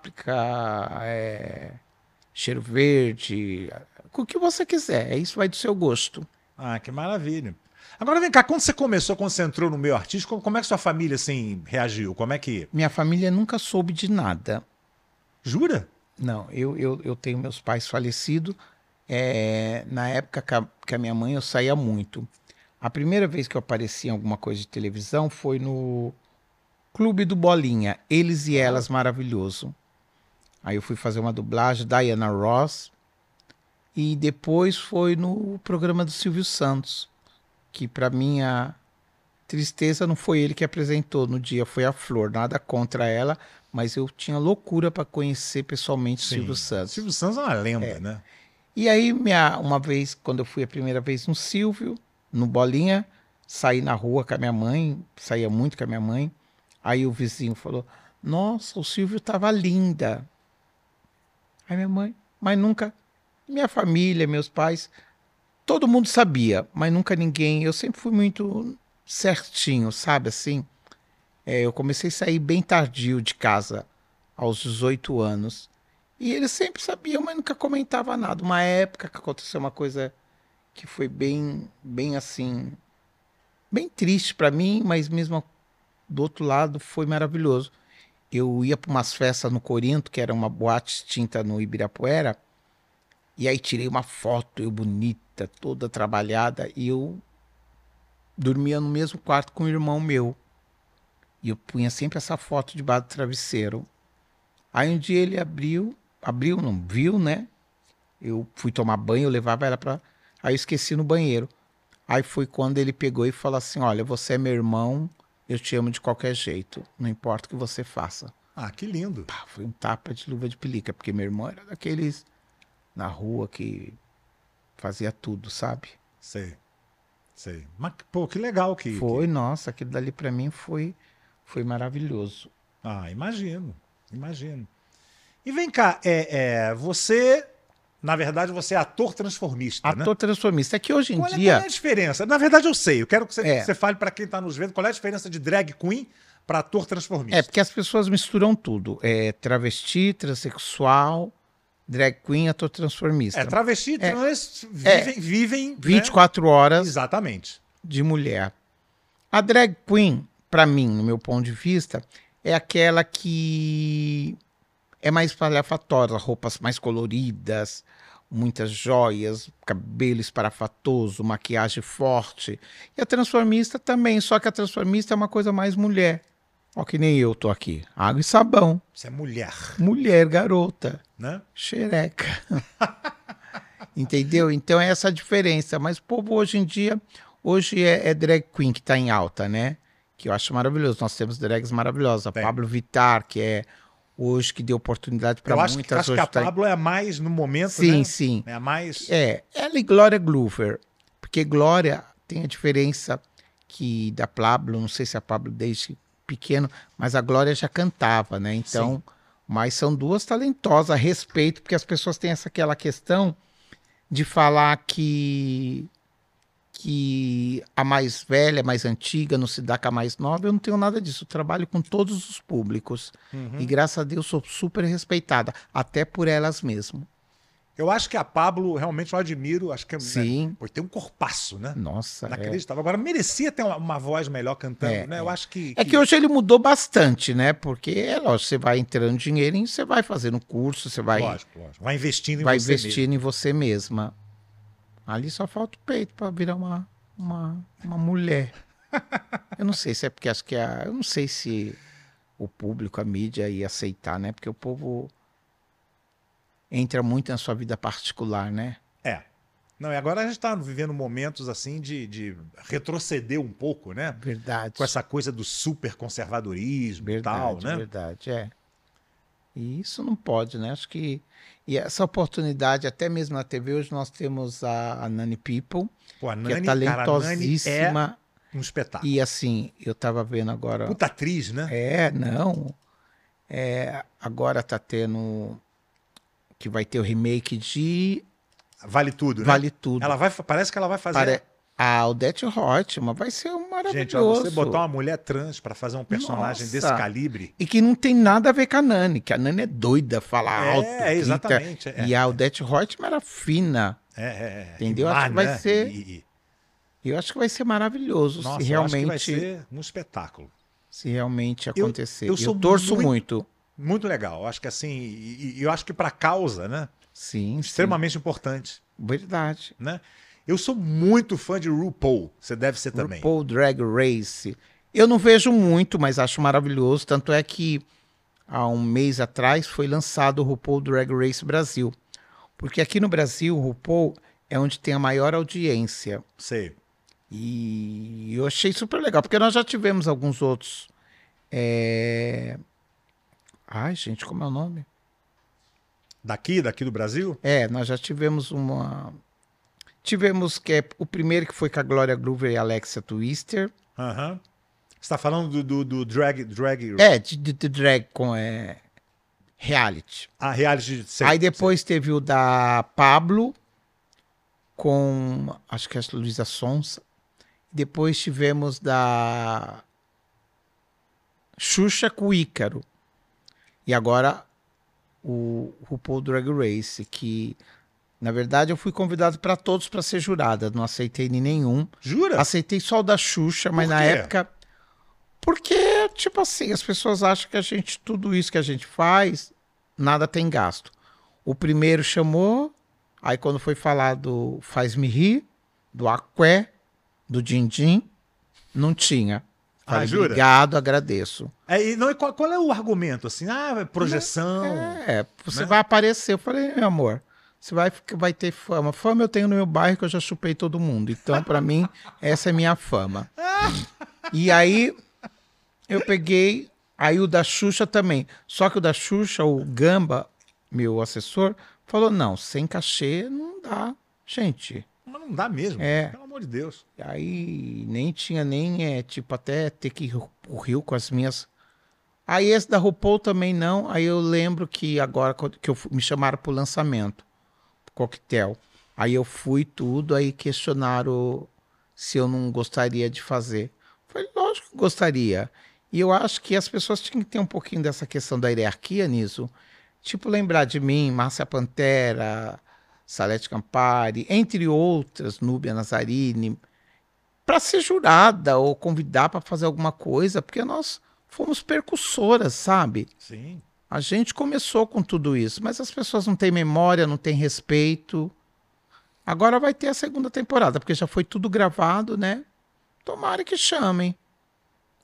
[SPEAKER 1] páprica, é, cheiro verde, com o que você quiser. é Isso vai do seu gosto.
[SPEAKER 2] Ah, que maravilha. Agora vem cá, quando você começou, quando você entrou no meio artístico, como é que sua família assim reagiu? Como é que.
[SPEAKER 1] Minha família nunca soube de nada.
[SPEAKER 2] Jura?
[SPEAKER 1] Não, eu, eu, eu tenho meus pais falecidos. É, na época que a, que a minha mãe, eu saía muito. A primeira vez que eu apareci em alguma coisa de televisão foi no Clube do Bolinha, Eles e Elas Maravilhoso. Aí eu fui fazer uma dublagem, Diana Ross. E depois foi no programa do Silvio Santos, que para minha tristeza não foi ele que apresentou no dia, foi a Flor. Nada contra ela, mas eu tinha loucura para conhecer pessoalmente
[SPEAKER 2] Sim.
[SPEAKER 1] Silvio Santos.
[SPEAKER 2] Silvio Santos é uma lenda, né?
[SPEAKER 1] E aí, minha, uma vez, quando eu fui a primeira vez no Silvio, no Bolinha, saí na rua com a minha mãe, saía muito com a minha mãe. Aí o vizinho falou: Nossa, o Silvio tava linda. Aí minha mãe, mas nunca. Minha família, meus pais, todo mundo sabia, mas nunca ninguém. Eu sempre fui muito certinho, sabe assim? É, eu comecei a sair bem tardio de casa, aos 18 anos. E eles sempre sabiam, mas nunca comentava nada. Uma época que aconteceu uma coisa que foi bem, bem assim, bem triste pra mim, mas mesmo do outro lado foi maravilhoso. Eu ia pra umas festas no Corinto, que era uma boate extinta no Ibirapuera, e aí tirei uma foto, eu bonita, toda trabalhada, e eu dormia no mesmo quarto com o irmão meu. E eu punha sempre essa foto debaixo do travesseiro. Aí um dia ele abriu, abriu, não viu, né? Eu fui tomar banho, eu levava ela pra. Aí eu esqueci no banheiro. Aí foi quando ele pegou e falou assim: Olha, você é meu irmão, eu te amo de qualquer jeito, não importa o que você faça.
[SPEAKER 2] Ah, que lindo.
[SPEAKER 1] Pá, foi um tapa de luva de pelica, porque meu irmão era daqueles na rua que fazia tudo, sabe?
[SPEAKER 2] Sei. Sei. Mas, pô, que legal que.
[SPEAKER 1] Foi,
[SPEAKER 2] que-
[SPEAKER 1] nossa, aquilo dali pra mim foi, foi maravilhoso.
[SPEAKER 2] Ah, imagino. Imagino. E vem cá, é, é, você. Na verdade, você é ator transformista, né?
[SPEAKER 1] Ator transformista. É que hoje em
[SPEAKER 2] Qual é,
[SPEAKER 1] dia.
[SPEAKER 2] qual é a diferença? Na verdade, eu sei. Eu quero que você,
[SPEAKER 1] É.
[SPEAKER 2] você fale para quem tá nos vendo qual é a diferença de drag queen para ator transformista.
[SPEAKER 1] É, porque as pessoas misturam tudo. É travesti, transexual, drag queen, ator transformista.
[SPEAKER 2] É, travesti e trans
[SPEAKER 1] É.
[SPEAKER 2] vivem, vivem né?
[SPEAKER 1] 24 horas
[SPEAKER 2] Exatamente.
[SPEAKER 1] de mulher. A drag queen, pra mim, no meu ponto de vista, é aquela que é mais espalhafatória, roupas mais coloridas, muitas joias, cabelo esparafatoso, maquiagem forte. E a transformista também, só que a transformista é uma coisa mais mulher. Ó, que nem eu tô aqui. Água e sabão.
[SPEAKER 2] Você é mulher,
[SPEAKER 1] Mulher, garota,
[SPEAKER 2] né?
[SPEAKER 1] xereca. Entendeu? Então é essa a diferença. Mas o povo hoje em dia, hoje é, é drag queen que tá em alta, né? Que eu acho maravilhoso. Nós temos drags maravilhosas. A
[SPEAKER 2] Tem.
[SPEAKER 1] Pablo Vittar, que é hoje que deu oportunidade para
[SPEAKER 2] Eu acho que,
[SPEAKER 1] muitas
[SPEAKER 2] acho que a
[SPEAKER 1] hoje. tá-
[SPEAKER 2] Pablo é a mais no momento,
[SPEAKER 1] Sim,
[SPEAKER 2] né?
[SPEAKER 1] sim.
[SPEAKER 2] É a mais.
[SPEAKER 1] É, ela e Glória Glover. Porque Glória tem a diferença que da Pablo, não sei se a Pablo desde pequeno, mas a Glória já cantava, né? Então, mas são duas talentosas a respeito, porque as pessoas têm essa aquela questão de falar que que a mais velha, a mais antiga, não se dá com a mais nova. Eu não tenho nada disso. Eu trabalho com todos os públicos.
[SPEAKER 2] Uhum.
[SPEAKER 1] E graças a Deus sou super respeitada, até por elas mesmo.
[SPEAKER 2] Eu acho que a Pablo realmente eu admiro. Acho que né?
[SPEAKER 1] Sim.
[SPEAKER 2] Pô, tem um corpaço, né?
[SPEAKER 1] Nossa, é.
[SPEAKER 2] Inacreditável. Agora, merecia ter uma, uma voz melhor cantando,
[SPEAKER 1] É,
[SPEAKER 2] né? Eu acho que.
[SPEAKER 1] É que hoje ele mudou bastante, né? Porque é lógico, você vai entrando dinheiro e você vai fazendo curso, você vai,
[SPEAKER 2] Lógico, lógico. Vai investindo em
[SPEAKER 1] vai
[SPEAKER 2] você
[SPEAKER 1] investindo em você mesma. Ali só falta o peito pra virar uma, uma, uma mulher. Eu não sei se é porque acho que a. Eu não sei se o público, a mídia ia aceitar, né? Porque o povo entra muito na sua vida particular, né?
[SPEAKER 2] mesmo. É. Não, e agora a gente tá vivendo momentos assim de, de retroceder um pouco, né?
[SPEAKER 1] Verdade.
[SPEAKER 2] Com essa coisa do super conservadorismo e
[SPEAKER 1] Verdade,
[SPEAKER 2] tal, né?
[SPEAKER 1] verdade, é. E isso não pode, né? Acho que. E essa oportunidade, até mesmo na TV, hoje nós temos a, a Nani People,
[SPEAKER 2] Pô, a
[SPEAKER 1] que é
[SPEAKER 2] Nani, cara, a Nani é
[SPEAKER 1] talentosíssima.
[SPEAKER 2] um espetáculo.
[SPEAKER 1] E assim, eu tava vendo agora.
[SPEAKER 2] Puta atriz, né?
[SPEAKER 1] É, não. É, agora tá tendo. Que vai ter o remake de
[SPEAKER 2] Vale tudo, né?
[SPEAKER 1] É. Vale Tudo.
[SPEAKER 2] Ela vai, parece que ela vai fazer.
[SPEAKER 1] Pare- A Odete Roitman vai ser um
[SPEAKER 2] Gente, ó,
[SPEAKER 1] maravilhoso.
[SPEAKER 2] você botar uma mulher trans pra fazer um personagem
[SPEAKER 1] Nossa.
[SPEAKER 2] desse calibre.
[SPEAKER 1] E que não tem nada a ver com a Nani, que a Nani é doida, fala alto,
[SPEAKER 2] é,
[SPEAKER 1] grita,
[SPEAKER 2] exatamente. É,
[SPEAKER 1] E a Odete Reutemann era fina.
[SPEAKER 2] é, é, é.
[SPEAKER 1] Entendeu?
[SPEAKER 2] E
[SPEAKER 1] Acho que vai
[SPEAKER 2] né?
[SPEAKER 1] ser-
[SPEAKER 2] E- e-
[SPEAKER 1] E eu acho que vai ser maravilhoso
[SPEAKER 2] Nossa,
[SPEAKER 1] se
[SPEAKER 2] eu acho que
[SPEAKER 1] realmente,
[SPEAKER 2] vai ser um espetáculo.
[SPEAKER 1] se realmente
[SPEAKER 2] Eu-
[SPEAKER 1] acontecer.
[SPEAKER 2] eu
[SPEAKER 1] Eu,
[SPEAKER 2] sou
[SPEAKER 1] torço
[SPEAKER 2] muito-
[SPEAKER 1] muito.
[SPEAKER 2] Muito legal. Eu Acho que assim, e, e eu acho que pra causa, né?
[SPEAKER 1] Sim, sim.
[SPEAKER 2] Extremamente importante,
[SPEAKER 1] Verdade.
[SPEAKER 2] né? Eu sou muito fã de RuPaul. Você deve ser também.
[SPEAKER 1] RuPaul Drag Race. Eu não vejo muito, mas acho maravilhoso. Tanto é que há um mês atrás foi lançado o RuPaul Drag Race Brasil. Porque aqui no Brasil, o RuPaul é onde tem a maior audiência.
[SPEAKER 2] Sei.
[SPEAKER 1] E eu achei super legal, porque nós já tivemos alguns outros. é, Ai, gente, como é o nome?
[SPEAKER 2] Daqui, daqui do Brasil?
[SPEAKER 1] É, nós já tivemos uma. Tivemos que é o primeiro que foi com a Glória Groover e a Alexia Twister.
[SPEAKER 2] Aham. Você tá falando do, do, do drag, drag.
[SPEAKER 1] É, de, de- de drag com é, reality.
[SPEAKER 2] A ah, reality. Sei,
[SPEAKER 1] Aí depois teve o da Pablo com acho que é a Luísa Sonsa. Depois tivemos da Xuxa com o Ícaro. E agora o RuPaul Drag Race, que na verdade eu fui convidado para todos para ser jurada, não aceitei nem nenhum.
[SPEAKER 2] sei. Jura?
[SPEAKER 1] Aceitei só o da Xuxa, mas
[SPEAKER 2] Por
[SPEAKER 1] na
[SPEAKER 2] quê?
[SPEAKER 1] época. Porque, tipo assim, as pessoas acham que a gente, tudo isso que a gente faz, nada tem gasto. O primeiro chamou, aí quando foi falar do Faz-me Rir, do Aqué, do Dindim, não tinha.
[SPEAKER 2] Ah,
[SPEAKER 1] Falei,
[SPEAKER 2] jura?
[SPEAKER 1] obrigado, agradeço.
[SPEAKER 2] É, e não, e qual, qual é o argumento? Assim, ah, é projeção.
[SPEAKER 1] É, você
[SPEAKER 2] né?
[SPEAKER 1] vai aparecer. Eu falei, meu amor, você vai, ficar- vai ter fama. Fama eu tenho no meu bairro que eu já chupei todo mundo. Então, pra mim, essa é minha fama. E aí, eu peguei. Aí o da Xuxa também. Só que o da Xuxa, o Gamba, meu assessor, falou: não, sem cachê não dá, gente.
[SPEAKER 2] Mas não dá mesmo.
[SPEAKER 1] É.
[SPEAKER 2] Pelo amor de Deus.
[SPEAKER 1] E Aí nem tinha nem, é, tipo, até ter que ir pro Rio com as minhas. Aí esse da RuPaul também não. Aí eu lembro que agora quando- que eu fu- me chamaram pro lançamento, pro coquetel. Aí eu fui tudo, aí questionaram se eu não gostaria de fazer. Falei, lógico que gostaria. E eu acho que as pessoas tinham que ter um pouquinho dessa questão da hierarquia nisso. Tipo, lembrar de mim, Márcia Pantera, Salete Campari, entre outras, Núbia Nazarini, para ser jurada ou convidar para fazer alguma coisa, porque nós fomos percussoras, sabe?
[SPEAKER 2] Sim.
[SPEAKER 1] A gente começou com tudo isso, mas as pessoas não têm memória, não têm respeito. Agora vai ter a segunda temporada, porque já foi tudo gravado, né? Tomara que chamem.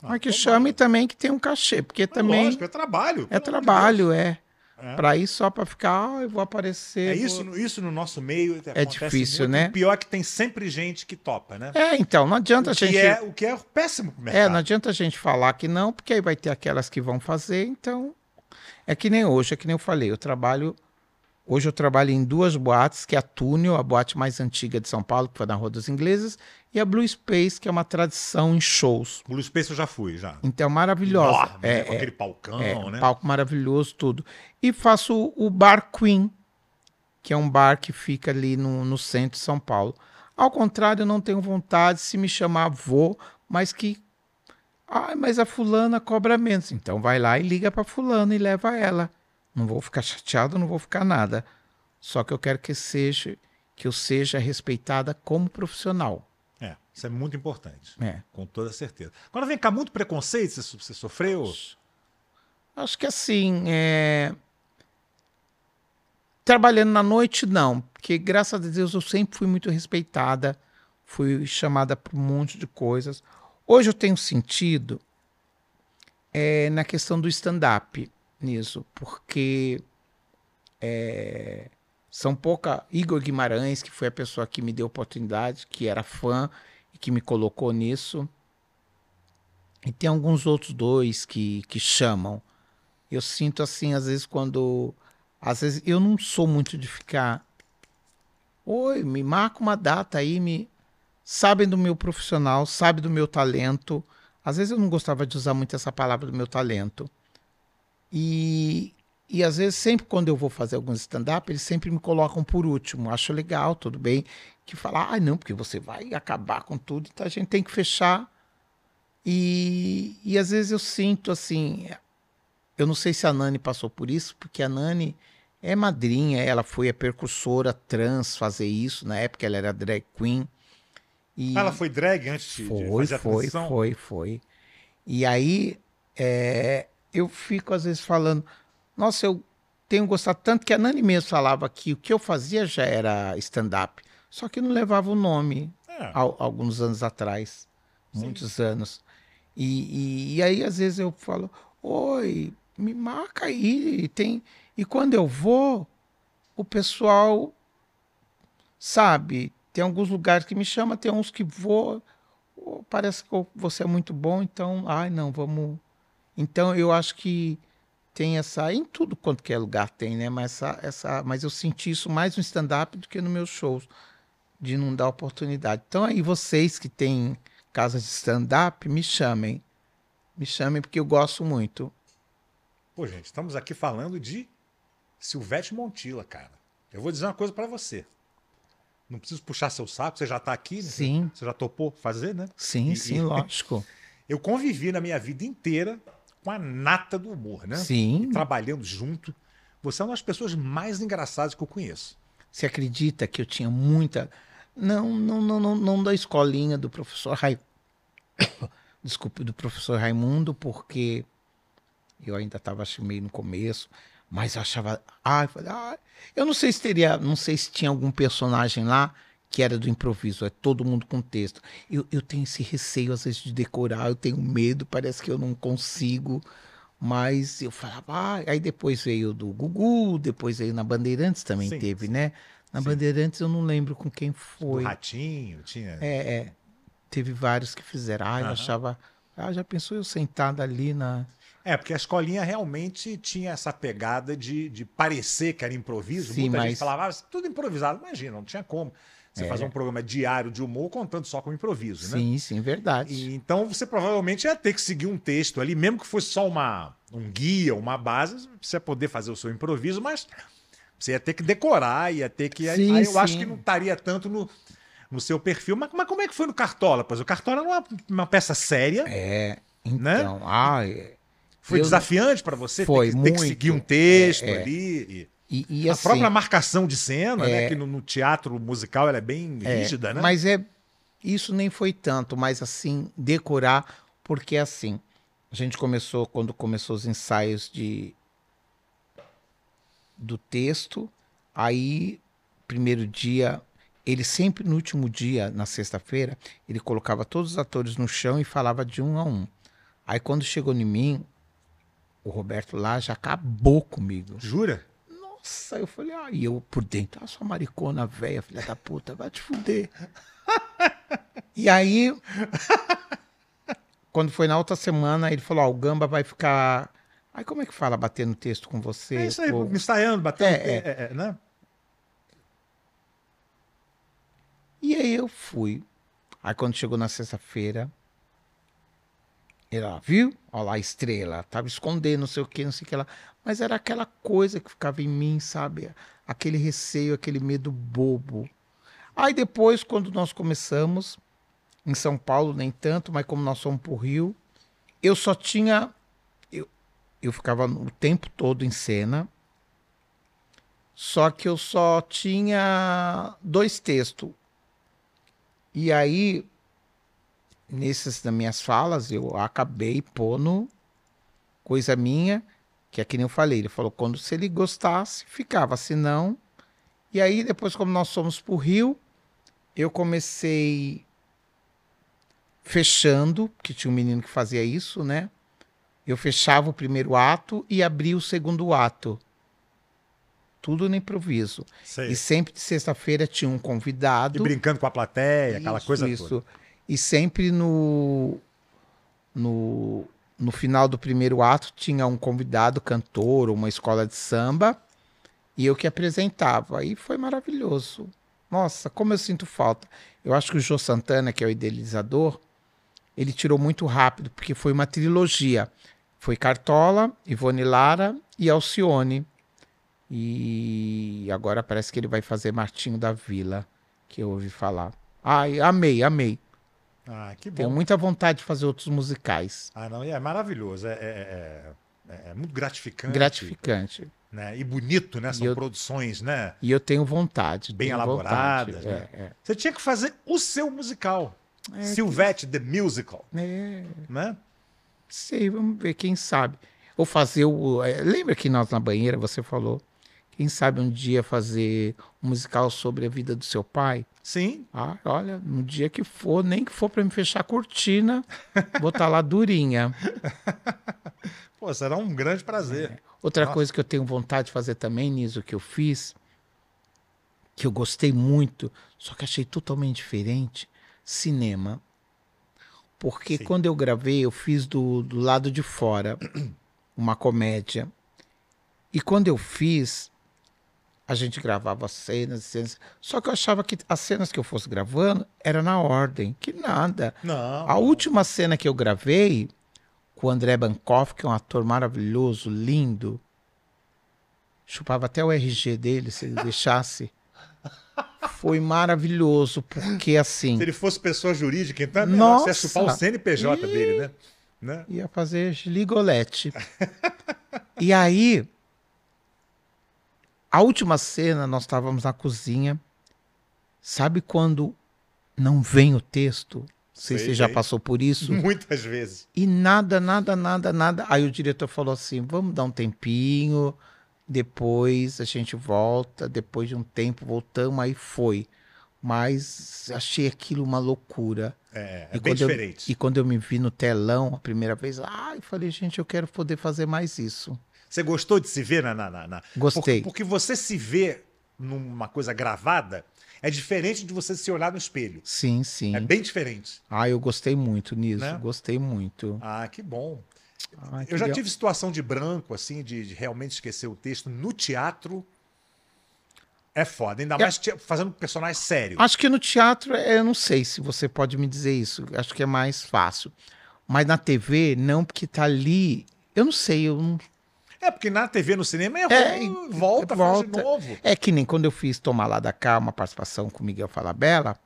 [SPEAKER 1] Tomara que
[SPEAKER 2] Ah, tomara.
[SPEAKER 1] chamem também que tem um cachê, porque
[SPEAKER 2] Mas
[SPEAKER 1] também
[SPEAKER 2] Lógico, então é trabalho.
[SPEAKER 1] é
[SPEAKER 2] pelo
[SPEAKER 1] trabalho, é.
[SPEAKER 2] amor de Deus. É.
[SPEAKER 1] Pra ir só pra ficar, ah, eu vou aparecer.
[SPEAKER 2] É
[SPEAKER 1] vou-
[SPEAKER 2] isso, isso no nosso meio
[SPEAKER 1] É difícil, né?
[SPEAKER 2] O pior é que tem sempre gente que topa, né?
[SPEAKER 1] É, então, não adianta a
[SPEAKER 2] o, que
[SPEAKER 1] gente.
[SPEAKER 2] é, o que é péssimo pro
[SPEAKER 1] É,
[SPEAKER 2] mercado.
[SPEAKER 1] não adianta a gente falar que não, porque aí vai ter aquelas que vão fazer, então É que nem hoje, é que nem eu falei, eu trabalho. Hoje eu trabalho em duas boates, que é a Túnel, a boate mais antiga de São Paulo, que foi na Rua dos Ingleses, e a Blue Space, que é uma tradição em shows.
[SPEAKER 2] O Blue Space eu já fui, já.
[SPEAKER 1] Então, maravilhosa.
[SPEAKER 2] Enorme,
[SPEAKER 1] é,
[SPEAKER 2] né? Com
[SPEAKER 1] é,
[SPEAKER 2] aquele palcão,
[SPEAKER 1] é, um
[SPEAKER 2] né?
[SPEAKER 1] palco maravilhoso, tudo. E faço o Bar Queen, que é um bar que fica ali no, no centro de São Paulo. Ao contrário, eu não tenho vontade, se me chamar, vou, mas que. Ah, mas a fulana cobra menos. Então vai lá e liga pra fulana e leva ela. Não vou ficar chateado, não vou ficar nada. Só que eu quero que seja que eu seja respeitada como profissional.
[SPEAKER 2] É, isso é muito importante.
[SPEAKER 1] né?
[SPEAKER 2] Com toda certeza. Agora vem cá, muito preconceito você, so- você sofreu?
[SPEAKER 1] Acho que assim, é, trabalhando na noite, não, porque graças a Deus eu sempre fui muito respeitada, fui chamada para um monte de coisas. Hoje eu tenho sentido é, na questão do stand-up nisso, porque é, são pouca. Igor Guimarães, que foi a pessoa que me deu a oportunidade, que era fã e que me colocou nisso. E tem alguns outros dois que, que chamam. Eu sinto assim, às vezes, quando. Às vezes eu não sou muito de ficar. Oi, me marca uma data aí, me. Sabem do meu profissional, sabem do meu talento. Às vezes eu não gostava de usar muito essa palavra do meu talento. E, e às vezes, sempre quando eu vou fazer algum stand-up, eles sempre me colocam por último. Acho legal, tudo bem. Que falar, ah, não, porque você vai acabar com tudo, então a gente tem que fechar. E, e às vezes eu sinto assim, eu não sei se a Nani passou por isso, porque a Nani é madrinha, ela foi a percursora trans fazer isso, na época ela era drag queen. E
[SPEAKER 2] Ah, Ela foi drag antes de- de
[SPEAKER 1] foi,
[SPEAKER 2] fazer a
[SPEAKER 1] foi,
[SPEAKER 2] transição?
[SPEAKER 1] foi, foi. E aí é, eu fico às vezes falando, nossa, eu tenho gostado tanto que a Nani mesmo falava que o que eu fazia já era stand-up, só que não levava o nome,
[SPEAKER 2] É.
[SPEAKER 1] al- alguns anos atrás,
[SPEAKER 2] Sim.
[SPEAKER 1] muitos anos. E, e- e aí, às vezes, eu falo, oi, me marca aí. E, tem... e quando eu vou, o pessoal sabe, tem alguns lugares que me chama, tem uns que vou, "Ô, parece que eu- você é muito bom, então, ai, não, vamos. Então, eu acho que tem essa, em tudo quanto que é lugar tem, né? Mas, essa, essa, mas eu senti isso mais no stand-up do que nos meus shows de não dar oportunidade. Então aí vocês que têm casas de stand-up, me chamem. Me chamem porque eu gosto muito.
[SPEAKER 2] Pô, gente, estamos aqui falando de Silvete Montila, cara. Eu vou dizer uma coisa pra você. Não preciso puxar seu saco, você já tá aqui, né?
[SPEAKER 1] Sim.
[SPEAKER 2] Você já topou fazer, né?
[SPEAKER 1] Sim,
[SPEAKER 2] E-
[SPEAKER 1] sim, lógico.
[SPEAKER 2] Eu convivi na minha vida inteira com a nata do humor, né?
[SPEAKER 1] Sim.
[SPEAKER 2] Trabalhando junto. Você é uma das pessoas mais engraçadas que eu conheço.
[SPEAKER 1] Você acredita que eu tinha muita. Não, não, não, não, não da escolinha do professor Raimundo. Desculpe, do professor Raimundo, porque eu ainda estava meio no começo, mas eu achava. Ah, eu, falei, ah, eu não sei se teria. Não sei se tinha algum personagem lá que era do improviso, é todo mundo com texto. Eu, eu tenho esse receio, às vezes, de decorar, eu tenho medo, parece que eu não consigo. Mas eu falava, ah, aí depois veio do Gugu, depois veio na Bandeirantes também
[SPEAKER 2] Sim,
[SPEAKER 1] teve,
[SPEAKER 2] sim.
[SPEAKER 1] né? Na
[SPEAKER 2] Sim.
[SPEAKER 1] Bandeirantes eu não lembro com quem
[SPEAKER 2] Do
[SPEAKER 1] foi.
[SPEAKER 2] ratinho, tinha.
[SPEAKER 1] É, é. Teve vários que fizeram. Ah, eu
[SPEAKER 2] Aham.
[SPEAKER 1] achava. Ah, já pensou eu sentada ali na.
[SPEAKER 2] É, porque a escolinha realmente tinha essa pegada de, de parecer que era improviso.
[SPEAKER 1] Sim,
[SPEAKER 2] Muita gente
[SPEAKER 1] mas- É.
[SPEAKER 2] falava, "Ah, tudo improvisado. Imagina, não tinha como. Você fazer um programa diário de humor contando só com improviso, né?
[SPEAKER 1] Sim, sim, verdade.
[SPEAKER 2] E, então você provavelmente ia ter que seguir um texto ali, mesmo que fosse só uma, um guia, uma base, pra você poder fazer o seu improviso, mas você ia ter que decorar, ia ter que. aí
[SPEAKER 1] Sim,
[SPEAKER 2] eu acho
[SPEAKER 1] sim.
[SPEAKER 2] que não estaria tanto no, no seu perfil. Mas, mas como é que foi no Cartola? Pois o Cartola era uma, uma peça séria.
[SPEAKER 1] É.
[SPEAKER 2] Né?
[SPEAKER 1] Então, ah, é.
[SPEAKER 2] Foi
[SPEAKER 1] eu-
[SPEAKER 2] desafiante pra você
[SPEAKER 1] Foi
[SPEAKER 2] ter, que, ter que
[SPEAKER 1] muito.
[SPEAKER 2] seguir um texto
[SPEAKER 1] É, é.
[SPEAKER 2] ali.
[SPEAKER 1] E, e
[SPEAKER 2] E a
[SPEAKER 1] assim,
[SPEAKER 2] própria marcação de cena, né?
[SPEAKER 1] É.
[SPEAKER 2] Que no, no teatro musical ela é bem
[SPEAKER 1] é,
[SPEAKER 2] rígida, né?
[SPEAKER 1] Mas é. Isso nem foi tanto, mas assim, decorar, porque assim, a gente começou, quando começou os ensaios de do texto, aí, primeiro dia, ele sempre no último dia, na sexta-feira, ele colocava todos os atores no chão e falava de um a um. Aí quando chegou em mim, o Roberto lá já acabou comigo.
[SPEAKER 2] Jura?
[SPEAKER 1] Nossa, eu falei, ah, e eu por dentro, ah, sua maricona velha, filha da puta, vai te fuder. e aí, quando foi na outra semana, ele falou, ó, o Gamba vai ficar Aí como é que fala bater no texto com você?
[SPEAKER 2] É isso aí,
[SPEAKER 1] Ou-
[SPEAKER 2] me ensaiando, batendo.
[SPEAKER 1] É,
[SPEAKER 2] É, é, é, né?
[SPEAKER 1] E aí eu fui. Aí quando chegou na sexta-feira, ela viu, olha lá a estrela, tava escondendo, não sei o que, não sei o que lá. Mas era aquela coisa que ficava em mim, sabe? Aquele receio, aquele medo bobo. Aí depois, quando nós começamos, em São Paulo nem tanto, mas como nós fomos pro Rio, eu só tinha. Eu, eu ficava o tempo todo em cena. Só que eu só tinha dois textos. E aí, nessas das minhas falas, eu acabei pondo coisa minha, que é que nem eu falei. Ele falou, quando se ele gostasse, ficava, se não. E aí, depois, como nós fomos pro Rio, eu comecei fechando, que tinha um menino que fazia isso, né? Eu fechava o primeiro ato e abria o segundo ato. Tudo no improviso.
[SPEAKER 2] Sei.
[SPEAKER 1] E sempre de sexta-feira tinha um
[SPEAKER 2] É. E
[SPEAKER 1] convidado.
[SPEAKER 2] brincando com a plateia, aquela
[SPEAKER 1] Isso,
[SPEAKER 2] coisa
[SPEAKER 1] isso.
[SPEAKER 2] toda.
[SPEAKER 1] E sempre no, no, no final do primeiro ato tinha um convidado, cantor, uma escola de samba, e eu que apresentava. Aí foi maravilhoso. Nossa, como eu sinto falta. Eu acho que o Jô Santana, que é o idealizador, ele tirou muito rápido, porque foi uma trilogia. Foi Cartola, Ivone Lara e Alcione. E agora parece que ele vai fazer Martinho da Vila, que eu ouvi falar. Ai, amei, amei.
[SPEAKER 2] Ah, que
[SPEAKER 1] Tenho
[SPEAKER 2] bom.
[SPEAKER 1] muita vontade de fazer outros musicais.
[SPEAKER 2] Ah, não, e é maravilhoso. É, é- é- é- é muito gratificante.
[SPEAKER 1] Gratificante.
[SPEAKER 2] né? E bonito, né? São
[SPEAKER 1] E eu-
[SPEAKER 2] produções, né?
[SPEAKER 1] E eu tenho vontade.
[SPEAKER 2] Bem
[SPEAKER 1] tenho
[SPEAKER 2] elaboradas, né?
[SPEAKER 1] vontade. É,
[SPEAKER 2] Você tinha que fazer o seu musical.
[SPEAKER 1] É,
[SPEAKER 2] Silvete, The Musical,
[SPEAKER 1] é. É,
[SPEAKER 2] né?
[SPEAKER 1] sei, vamos ver, quem sabe. Ou fazer o. é, Lembra que nós na banheira você falou? Quem sabe um dia fazer um musical sobre a vida do seu pai?
[SPEAKER 2] Sim.
[SPEAKER 1] Ah, olha, no dia que for, nem que for pra me fechar a cortina, botar lá durinha.
[SPEAKER 2] Pô, será um grande prazer.
[SPEAKER 1] Outra
[SPEAKER 2] Nossa.
[SPEAKER 1] coisa que eu tenho vontade de fazer também, nisso que eu fiz, que eu gostei muito, só que achei totalmente diferente, cinema. Porque
[SPEAKER 2] Sim.
[SPEAKER 1] quando eu gravei, eu fiz do, do lado de fora uma comédia. E quando eu fiz, a gente gravava cenas, cenas. Só que eu achava que as cenas que eu fosse gravando era na ordem, que nada.
[SPEAKER 2] Não.
[SPEAKER 1] A última cena que eu gravei com o André Bankoff, que é um ator maravilhoso, lindo. Chupava até o RG dele, se ele deixasse. Foi maravilhoso, porque assim.
[SPEAKER 2] Se ele fosse pessoa jurídica, então é melhor
[SPEAKER 1] Nossa.
[SPEAKER 2] você chupar o CNPJ dele, né? né?
[SPEAKER 1] Ia fazer ligolete. e aí, a última cena, nós estávamos na cozinha. Sabe quando não vem o texto? Não sei se
[SPEAKER 2] Sei,
[SPEAKER 1] você já
[SPEAKER 2] sei.
[SPEAKER 1] passou por isso.
[SPEAKER 2] Muitas vezes.
[SPEAKER 1] E nada, nada, nada, nada. Aí o diretor falou assim: vamos dar um tempinho, depois a gente volta. Depois de um tempo, voltamos, aí foi. Mas achei aquilo uma loucura.
[SPEAKER 2] É, é
[SPEAKER 1] E
[SPEAKER 2] bem
[SPEAKER 1] quando eu-
[SPEAKER 2] diferente.
[SPEAKER 1] E quando eu me vi no telão a primeira vez, ai, falei, gente, eu quero poder fazer mais isso.
[SPEAKER 2] Você gostou de se ver na. na, na, na-
[SPEAKER 1] Gostei.
[SPEAKER 2] Por- Porque, você se ver numa coisa gravada é diferente de você se olhar no espelho.
[SPEAKER 1] Sim, sim.
[SPEAKER 2] É bem diferente.
[SPEAKER 1] Ah, eu gostei muito nisso.
[SPEAKER 2] Né?
[SPEAKER 1] Gostei muito.
[SPEAKER 2] Ah, que bom.
[SPEAKER 1] Ai,
[SPEAKER 2] Eu já
[SPEAKER 1] queria-
[SPEAKER 2] tive situação de branco, assim, de, de realmente esquecer o texto no teatro. É foda, ainda mais te- fazendo um personagem sério.
[SPEAKER 1] Acho que no teatro, é, eu não sei se você pode me dizer isso. Acho que é mais fácil. Mas na TV, não, porque tá ali. Eu não sei, eu não-
[SPEAKER 2] É, porque na TV, no cinema, errou,
[SPEAKER 1] É,
[SPEAKER 2] volta, faz de
[SPEAKER 1] volta.
[SPEAKER 2] novo.
[SPEAKER 1] É que nem quando eu fiz Tomar Lá da Cá, uma participação com o Miguel Falabella,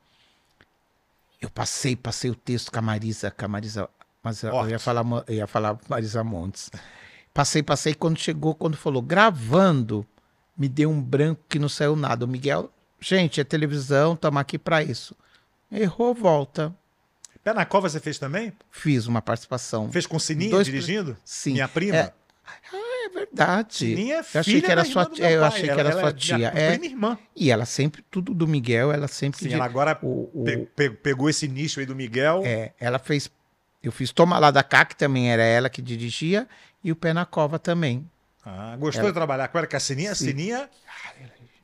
[SPEAKER 1] eu passei, passei o texto com a Marisa, com a Marisa, mas eu
[SPEAKER 2] Forte.
[SPEAKER 1] ia falar, Mo- eu ia falar Marisa Montes. Passei, passei, quando chegou, quando falou gravando, me deu um branco que não saiu nada. O Miguel, gente, é televisão, estamos aqui para isso. Errou, volta.
[SPEAKER 2] Pé na Cova você fez também?
[SPEAKER 1] Fiz uma participação.
[SPEAKER 2] Fez com Sininha
[SPEAKER 1] Dois-
[SPEAKER 2] dirigindo?
[SPEAKER 1] Sim.
[SPEAKER 2] Minha prima?
[SPEAKER 1] É, É verdade.
[SPEAKER 2] Sininha é
[SPEAKER 1] eu achei
[SPEAKER 2] filha
[SPEAKER 1] que era
[SPEAKER 2] da
[SPEAKER 1] sua
[SPEAKER 2] irmã do
[SPEAKER 1] tia,
[SPEAKER 2] meu
[SPEAKER 1] eu
[SPEAKER 2] pai.
[SPEAKER 1] achei que
[SPEAKER 2] Ela-
[SPEAKER 1] era
[SPEAKER 2] ela
[SPEAKER 1] sua
[SPEAKER 2] é minha
[SPEAKER 1] tia. É,
[SPEAKER 2] prima e irmã.
[SPEAKER 1] e ela sempre, tudo do Miguel, ela sempre
[SPEAKER 2] Sim,
[SPEAKER 1] de-
[SPEAKER 2] ela agora
[SPEAKER 1] O- o-
[SPEAKER 2] pe- pe- pegou esse nicho aí do Miguel.
[SPEAKER 1] é, ela fez. Eu fiz Toma Lá da Cá, que também era ela que dirigia, e o Pé na Cova também.
[SPEAKER 2] Ah, gostou de trabalhar com ela, com a Sininha? A
[SPEAKER 1] É. Sim.
[SPEAKER 2] Sininha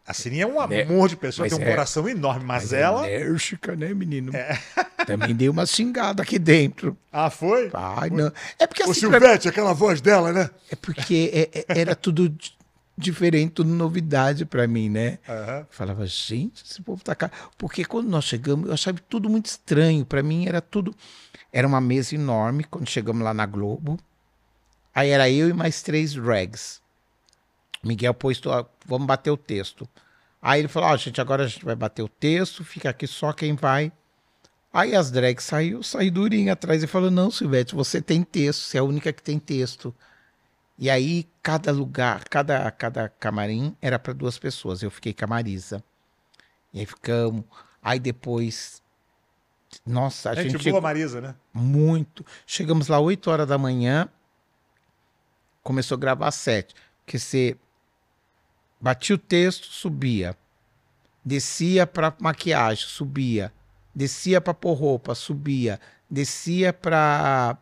[SPEAKER 2] A Sininha é um
[SPEAKER 1] Né?
[SPEAKER 2] amor de pessoa,
[SPEAKER 1] Mas
[SPEAKER 2] tem um
[SPEAKER 1] é.
[SPEAKER 2] coração enorme, mas, ela. É.
[SPEAKER 1] É enérgica, né, menino? Também deu uma xingada aqui dentro.
[SPEAKER 2] Ah, foi?
[SPEAKER 1] Ai, não. É porque
[SPEAKER 2] O
[SPEAKER 1] assim, pra-
[SPEAKER 2] Silvete, aquela voz dela, né?
[SPEAKER 1] é porque é- é- era tudo di- diferente, tudo novidade pra mim, né?
[SPEAKER 2] Aham.
[SPEAKER 1] Falava, gente, esse povo tá cá. Porque quando nós chegamos, eu achava tudo muito estranho. Pra mim era tudo. Era uma mesa enorme quando chegamos lá na Globo. Aí era eu e mais três drags. Miguel pôs, to- ah, vamos bater o texto. Aí ele falou, ó, gente, agora a gente vai bater o texto, fica aqui só quem vai. Aí as drags saiu, saiu durinha atrás e falou, não, Silvete, você tem texto, você é a única que tem texto. E aí cada lugar, cada, cada camarim era para duas pessoas. Eu fiquei com a Marisa. E aí ficamos. Aí depois, nossa, a
[SPEAKER 2] gente,
[SPEAKER 1] gente
[SPEAKER 2] boa, Marisa, né?
[SPEAKER 1] muito. Chegamos lá 8 horas da manhã. Começou a gravar às 7. Porque você batia o texto, subia. Descia pra maquiagem, subia. Descia pra pôr roupa, subia. Descia pra.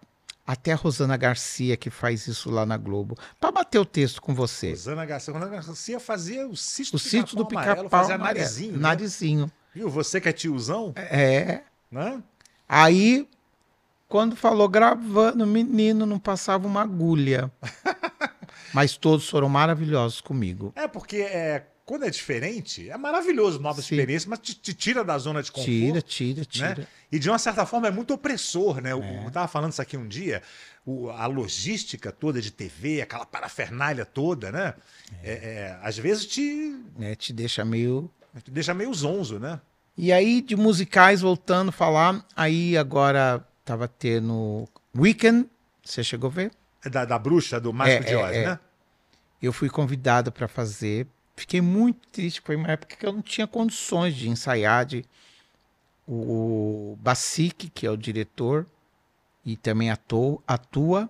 [SPEAKER 1] Até a Rosana Garcia, que faz isso lá na Globo. Pra bater o texto com você.
[SPEAKER 2] Rosana Garcia. Rosana Garcia fazia o sítio
[SPEAKER 1] O sítio do
[SPEAKER 2] Amarelo,
[SPEAKER 1] pica-pau.
[SPEAKER 2] fazia
[SPEAKER 1] amarelo.
[SPEAKER 2] narizinho. Né?
[SPEAKER 1] Narizinho.
[SPEAKER 2] Viu? Você que é tiozão,
[SPEAKER 1] É.
[SPEAKER 2] né?
[SPEAKER 1] Aí, quando falou gravando, menino, não passava uma agulha. Mas todos foram maravilhosos comigo.
[SPEAKER 2] É, porque é, quando é diferente, é maravilhoso, nova
[SPEAKER 1] Sim.
[SPEAKER 2] experiência, mas te, te tira da zona de conforto.
[SPEAKER 1] Tira, tira, tira.
[SPEAKER 2] E de uma certa forma é muito opressor, né? Eu,
[SPEAKER 1] É.
[SPEAKER 2] eu tava falando isso aqui um dia, o- a logística toda de TV, aquela parafernália toda, né? É, é, às vezes te,
[SPEAKER 1] né? Te deixa meio.
[SPEAKER 2] te deixa meio zonzo, né?
[SPEAKER 1] E aí, de musicais, voltando a falar, aí agora tava tendo Weekend, você chegou a ver?
[SPEAKER 2] É Da, da bruxa, do Mágico
[SPEAKER 1] É,
[SPEAKER 2] de
[SPEAKER 1] é,
[SPEAKER 2] Oz,
[SPEAKER 1] é.
[SPEAKER 2] né?
[SPEAKER 1] Eu fui convidado para fazer. Fiquei muito triste, foi uma época que eu não tinha condições de ensaiar. De... O Bacique, que é o diretor e também atou- atua,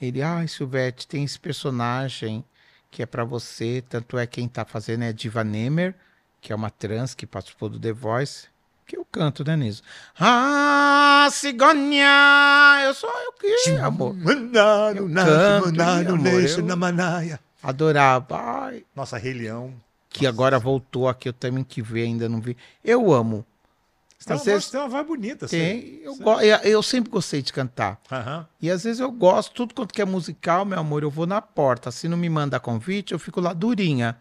[SPEAKER 1] ele, ai, Silvete, tem esse personagem que é para você. Tanto é quem tá fazendo é Diva Nemer, que é uma trans que participou do The Voice. Que eu canto, né, Niso? Ah, cigonha! Eu sou eu que, amor.
[SPEAKER 2] Manano,
[SPEAKER 1] Eu
[SPEAKER 2] na-
[SPEAKER 1] canto,
[SPEAKER 2] manano,
[SPEAKER 1] ih, amor,
[SPEAKER 2] neixe,
[SPEAKER 1] eu-
[SPEAKER 2] na manaia.
[SPEAKER 1] Adorava. Ai,
[SPEAKER 2] Nossa, Rei Leão.
[SPEAKER 1] que agora voltou aqui, eu também que ver, ainda não vi. Eu amo.
[SPEAKER 2] Você tem,
[SPEAKER 1] Às
[SPEAKER 2] uma
[SPEAKER 1] vezes
[SPEAKER 2] voz, tem uma voz bonita, assim.
[SPEAKER 1] Tem, eu, go- eu, eu sempre gostei de cantar.
[SPEAKER 2] Aham.
[SPEAKER 1] E às vezes eu gosto, tudo quanto que é musical, meu amor, eu vou na porta. Se não me manda convite, eu fico lá durinha.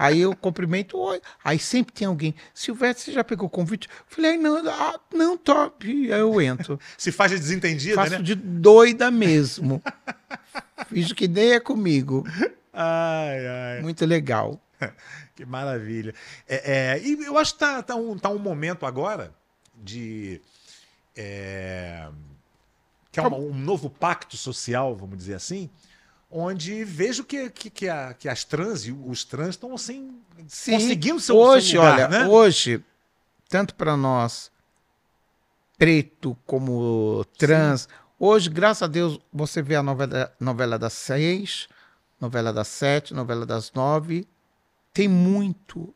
[SPEAKER 1] Aí eu cumprimento, oi. Aí sempre tem alguém. Silvestre, você já pegou convite? Eu falei, "Ai, não, ah, não, top. E aí eu entro.
[SPEAKER 2] Se faz de desentendida,
[SPEAKER 1] Faço
[SPEAKER 2] né?
[SPEAKER 1] de doida mesmo. Fiz que nem é comigo.
[SPEAKER 2] Ai, ai.
[SPEAKER 1] Muito legal.
[SPEAKER 2] Que maravilha. É, é, e eu acho que tá, tá um, tá um momento agora de. é, que é uma- um novo pacto social, vamos dizer assim, onde vejo que, que, que a- que as trans e os trans estão assim,
[SPEAKER 1] Sim.
[SPEAKER 2] conseguindo seu,
[SPEAKER 1] hoje,
[SPEAKER 2] seu lugar,
[SPEAKER 1] olha,
[SPEAKER 2] né?
[SPEAKER 1] hoje, tanto para nós, preto como trans, hoje, graças a Deus, você vê a novela, novela das seis, novela das sete, novela das nove, tem muito,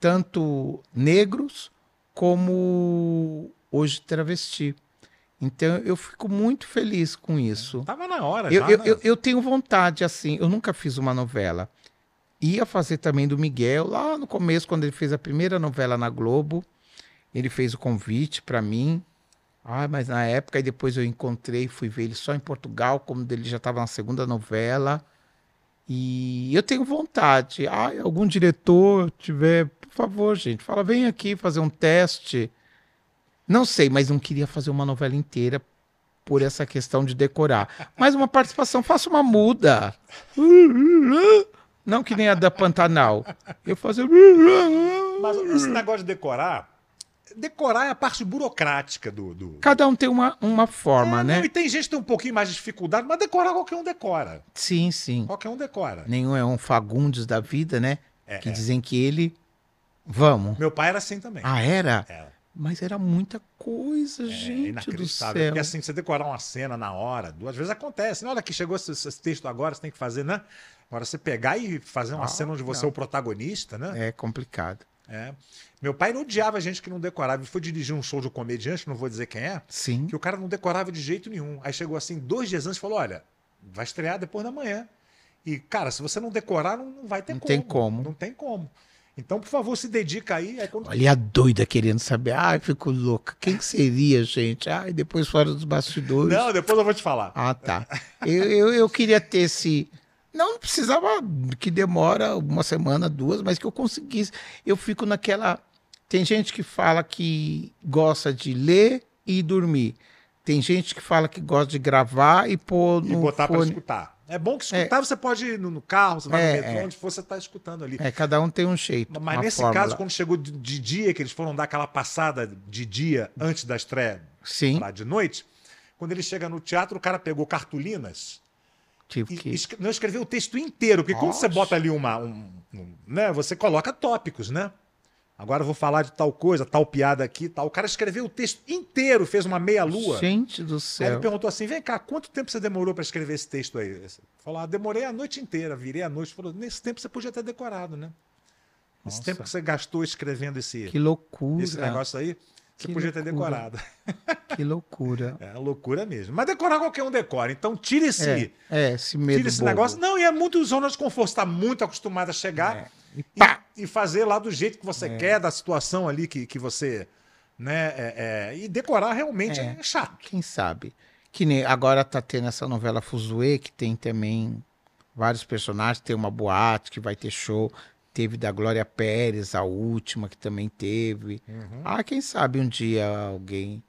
[SPEAKER 1] tanto negros como hoje travesti. Então, eu fico muito feliz com isso.
[SPEAKER 2] Tava na hora
[SPEAKER 1] Eu,
[SPEAKER 2] já,
[SPEAKER 1] eu,
[SPEAKER 2] né?
[SPEAKER 1] eu- eu tenho vontade, assim, eu nunca fiz uma novela. Ia fazer também do Miguel, lá no começo, quando ele fez a primeira novela na Globo, ele fez o convite pra mim. Ah, mas na época, e depois eu encontrei, fui ver ele só em Portugal, quando ele já estava na segunda novela. E eu tenho vontade. Ah, algum diretor tiver, por favor, gente, fala, vem aqui fazer um teste. Não sei, mas não queria fazer uma novela inteira por essa questão de decorar. Mas uma participação, faça uma muda. Não que nem a da Pantanal. Eu fazer.
[SPEAKER 2] Mas esse negócio de decorar, decorar é a parte burocrática do. do...
[SPEAKER 1] Cada um tem uma, uma forma,
[SPEAKER 2] É, não,
[SPEAKER 1] né?
[SPEAKER 2] E tem gente que tem um pouquinho mais de dificuldade, mas decorar qualquer um decora.
[SPEAKER 1] Sim, sim.
[SPEAKER 2] Qualquer um decora.
[SPEAKER 1] Nenhum é um Fagundes da vida, né?
[SPEAKER 2] É,
[SPEAKER 1] que
[SPEAKER 2] é.
[SPEAKER 1] dizem que ele. Vamos.
[SPEAKER 2] Meu pai era assim também.
[SPEAKER 1] Ah, era?
[SPEAKER 2] Era.
[SPEAKER 1] Mas era muita coisa,
[SPEAKER 2] É
[SPEAKER 1] gente do
[SPEAKER 2] inacreditável.
[SPEAKER 1] céu.
[SPEAKER 2] Porque assim, você decorar uma cena na hora, duas vezes acontece. né? Olha que chegou esse, esse texto agora, você tem que fazer, né? Agora você pegar e fazer uma
[SPEAKER 1] Ah,
[SPEAKER 2] cena onde você
[SPEAKER 1] não.
[SPEAKER 2] é o protagonista, né?
[SPEAKER 1] É complicado.
[SPEAKER 2] É. Meu pai não odiava gente que não decorava. Ele foi dirigir um show de um comediante, não vou dizer quem é,
[SPEAKER 1] Sim.
[SPEAKER 2] que o cara não decorava de jeito nenhum. Aí chegou assim, dois dias antes, e falou: olha, vai estrear depois da manhã. E, cara, se você não decorar, não, não vai ter
[SPEAKER 1] Não
[SPEAKER 2] como.
[SPEAKER 1] tem como.
[SPEAKER 2] Não tem como. Então, por favor, se dedica aí. aí quando...
[SPEAKER 1] Olha a doida querendo saber. Ai, fico louca. Quem que seria, gente? Ai, depois fora dos bastidores.
[SPEAKER 2] Não, depois eu vou te falar.
[SPEAKER 1] Ah, tá. Eu, eu, eu queria ter esse. Não, não precisava que demora uma semana, duas, mas que eu conseguisse. Eu fico naquela. Tem gente que fala que gosta de ler e dormir. Tem gente que fala que gosta de gravar e pôr
[SPEAKER 2] E
[SPEAKER 1] no
[SPEAKER 2] botar pra
[SPEAKER 1] fone.
[SPEAKER 2] escutar. É bom que escutar, você pode ir no, no carro, você vai
[SPEAKER 1] É,
[SPEAKER 2] no metrô,
[SPEAKER 1] é.
[SPEAKER 2] onde for, você tá escutando ali.
[SPEAKER 1] É, cada um tem um jeito.
[SPEAKER 2] Mas
[SPEAKER 1] uma
[SPEAKER 2] nesse
[SPEAKER 1] fórmula.
[SPEAKER 2] caso, quando chegou de, de dia, que eles foram dar aquela passada de dia antes da estreia
[SPEAKER 1] Sim,
[SPEAKER 2] lá de noite, quando ele chega no teatro, o cara pegou cartolinas
[SPEAKER 1] tive
[SPEAKER 2] e
[SPEAKER 1] que.
[SPEAKER 2] escre- não escreveu o texto inteiro, porque quando você
[SPEAKER 1] Nossa.
[SPEAKER 2] bota ali uma. um- um- né, você coloca tópicos, né? Agora eu vou falar de tal coisa, tal piada aqui, tal. O cara escreveu o texto inteiro, fez uma meia-lua.
[SPEAKER 1] Gente do
[SPEAKER 2] é Aí ele
[SPEAKER 1] céu.
[SPEAKER 2] perguntou assim: vem cá, quanto tempo você demorou para escrever esse texto aí? Ele Falou, ah, demorei a noite inteira, virei a noite. Falou, nesse tempo você podia ter decorado, né? Esse
[SPEAKER 1] Nossa.
[SPEAKER 2] tempo que você gastou escrevendo esse,
[SPEAKER 1] Que loucura.
[SPEAKER 2] esse negócio aí, você
[SPEAKER 1] Que
[SPEAKER 2] podia ter
[SPEAKER 1] loucura.
[SPEAKER 2] decorado.
[SPEAKER 1] Que loucura.
[SPEAKER 2] É loucura mesmo. Mas decorar qualquer um decora. Então tira esse,
[SPEAKER 1] É, é, esse medo.
[SPEAKER 2] tira esse
[SPEAKER 1] bobo.
[SPEAKER 2] negócio. Não, e é muito zona de conforto. Você tá muito acostumado a chegar
[SPEAKER 1] É.
[SPEAKER 2] e, e fazer lá do jeito que você quer, da situação ali que, que você. Né, é- é, e decorar realmente é,
[SPEAKER 1] É.
[SPEAKER 2] chato.
[SPEAKER 1] Quem sabe? Que nem agora tá tendo essa novela Fuzue, que tem também vários personagens, tem uma boate que vai ter show. Teve da Glória Pérez, a última que também teve.
[SPEAKER 2] Uhum.
[SPEAKER 1] Ah, quem sabe um dia alguém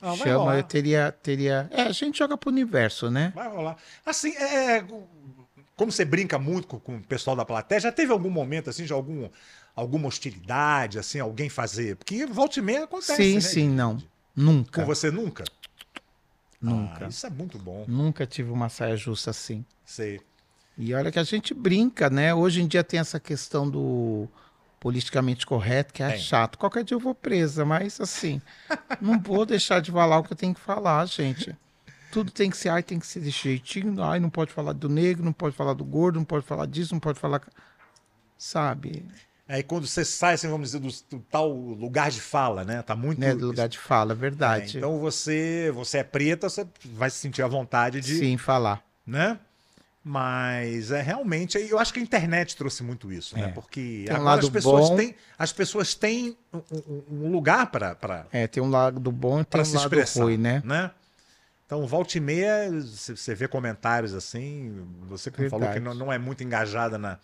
[SPEAKER 2] Ah, vai
[SPEAKER 1] chama,
[SPEAKER 2] rolar.
[SPEAKER 1] eu teria, teria. É, a gente joga pro universo, né?
[SPEAKER 2] Vai rolar. Assim, é, é, como você brinca muito com, com o pessoal da plateia, já teve algum momento assim de algum, alguma hostilidade, assim, alguém fazer? Porque volta e meia acontece.
[SPEAKER 1] Sim,
[SPEAKER 2] né,
[SPEAKER 1] sim,
[SPEAKER 2] de-
[SPEAKER 1] não.
[SPEAKER 2] de-
[SPEAKER 1] Nunca.
[SPEAKER 2] Com você nunca?
[SPEAKER 1] Nunca.
[SPEAKER 2] Ah, isso é muito bom.
[SPEAKER 1] Nunca tive uma saia justa assim.
[SPEAKER 2] Sei.
[SPEAKER 1] E olha que a gente brinca, né? Hoje em dia tem essa questão do politicamente correto, que é
[SPEAKER 2] Tem.
[SPEAKER 1] chato. Qualquer dia eu vou presa, mas assim, não vou deixar de falar o que eu tenho que falar, gente. Tudo tem que ser, ai, tem que ser desse jeitinho, ai, não pode falar do negro, não pode falar do gordo, não pode falar disso, não pode falar. Sabe?
[SPEAKER 2] Aí quando você sai, assim, vamos dizer, do, do tal lugar de fala, né? Tá muito.
[SPEAKER 1] Né? Do lugar de fala,
[SPEAKER 2] É,
[SPEAKER 1] verdade.
[SPEAKER 2] então você, você é preta, você vai se sentir à vontade de,
[SPEAKER 1] Sim, falar.
[SPEAKER 2] né? Mas é realmente, eu acho que a internet trouxe muito isso, né?
[SPEAKER 1] É.
[SPEAKER 2] Porque
[SPEAKER 1] Tem um
[SPEAKER 2] agora as
[SPEAKER 1] lado
[SPEAKER 2] pessoas
[SPEAKER 1] bom.
[SPEAKER 2] têm, as pessoas têm um, um- um lugar para para
[SPEAKER 1] É, tem um lado bom e tem
[SPEAKER 2] para
[SPEAKER 1] um
[SPEAKER 2] se
[SPEAKER 1] lado
[SPEAKER 2] expressar,
[SPEAKER 1] ruim, né?
[SPEAKER 2] Então, volta e meia, c- você vê comentários assim, você que falou que
[SPEAKER 1] Verdade.
[SPEAKER 2] não, não é muito engajada na,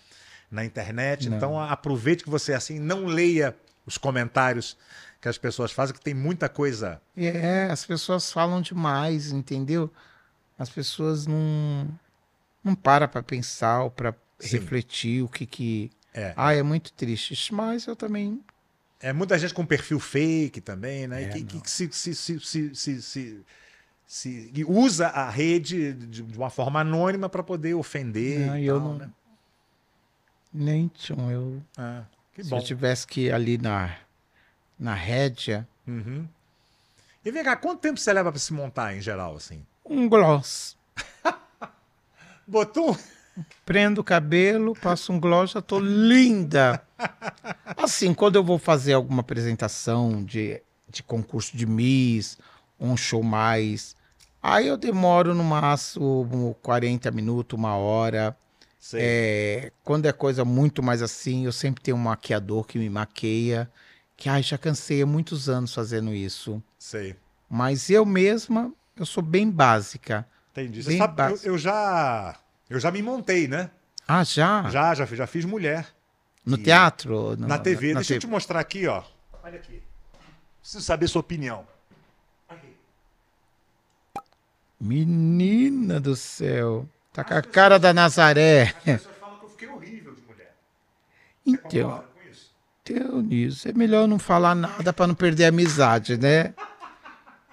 [SPEAKER 2] na internet,
[SPEAKER 1] Não.
[SPEAKER 2] então a- aproveite que você é assim, não leia os comentários que as pessoas fazem, que tem muita coisa.
[SPEAKER 1] É, as pessoas falam demais, entendeu? As pessoas não não para para pensar ou para
[SPEAKER 2] Sim.
[SPEAKER 1] refletir o que que
[SPEAKER 2] É.
[SPEAKER 1] Ah, é muito triste, mas eu também
[SPEAKER 2] É muita gente com perfil fake também, né?
[SPEAKER 1] É,
[SPEAKER 2] que, que se, se, se, se, se, se- se- e usa a rede de, de uma forma anônima para poder ofender.
[SPEAKER 1] Não,
[SPEAKER 2] e
[SPEAKER 1] eu
[SPEAKER 2] tal,
[SPEAKER 1] não-
[SPEAKER 2] né?
[SPEAKER 1] nem tchum, eu
[SPEAKER 2] É, que
[SPEAKER 1] se
[SPEAKER 2] bom.
[SPEAKER 1] eu tivesse que ir ali na na rédea,
[SPEAKER 2] Uhum. E vem cá, quanto tempo você leva para se montar em geral, assim?
[SPEAKER 1] um gloss.
[SPEAKER 2] Botou um.
[SPEAKER 1] Prendo o cabelo, passo um gloss, já tô linda. Assim, quando eu vou fazer alguma apresentação de, de concurso de Miss, um show mais, aí eu demoro no máximo 40 minutos, uma hora.
[SPEAKER 2] Sei.
[SPEAKER 1] É, quando é coisa muito mais assim, eu sempre tenho um maquiador que me maqueia, que ai, já cansei há muitos anos fazendo isso.
[SPEAKER 2] Sei.
[SPEAKER 1] Mas eu mesma, eu sou bem básica.
[SPEAKER 2] Entendi. Você
[SPEAKER 1] Bem
[SPEAKER 2] sabe, eu,
[SPEAKER 1] básico.
[SPEAKER 2] eu já. Eu já me montei, né?
[SPEAKER 1] Ah, já?
[SPEAKER 2] Já, já, fiz- já fiz mulher.
[SPEAKER 1] No
[SPEAKER 2] E-
[SPEAKER 1] teatro? No-
[SPEAKER 2] na TV. Deixa eu
[SPEAKER 1] TV?
[SPEAKER 2] te mostrar aqui, ó. Olha aqui. Preciso saber sua opinião. Aqui.
[SPEAKER 1] Menina do céu. Tá com a cara da Nazaré.
[SPEAKER 2] As pessoas falam que eu fiquei horrível de mulher. Você
[SPEAKER 1] Então,
[SPEAKER 2] concorda com isso?
[SPEAKER 1] então nisso. É melhor não falar nada pra não perder a amizade, né?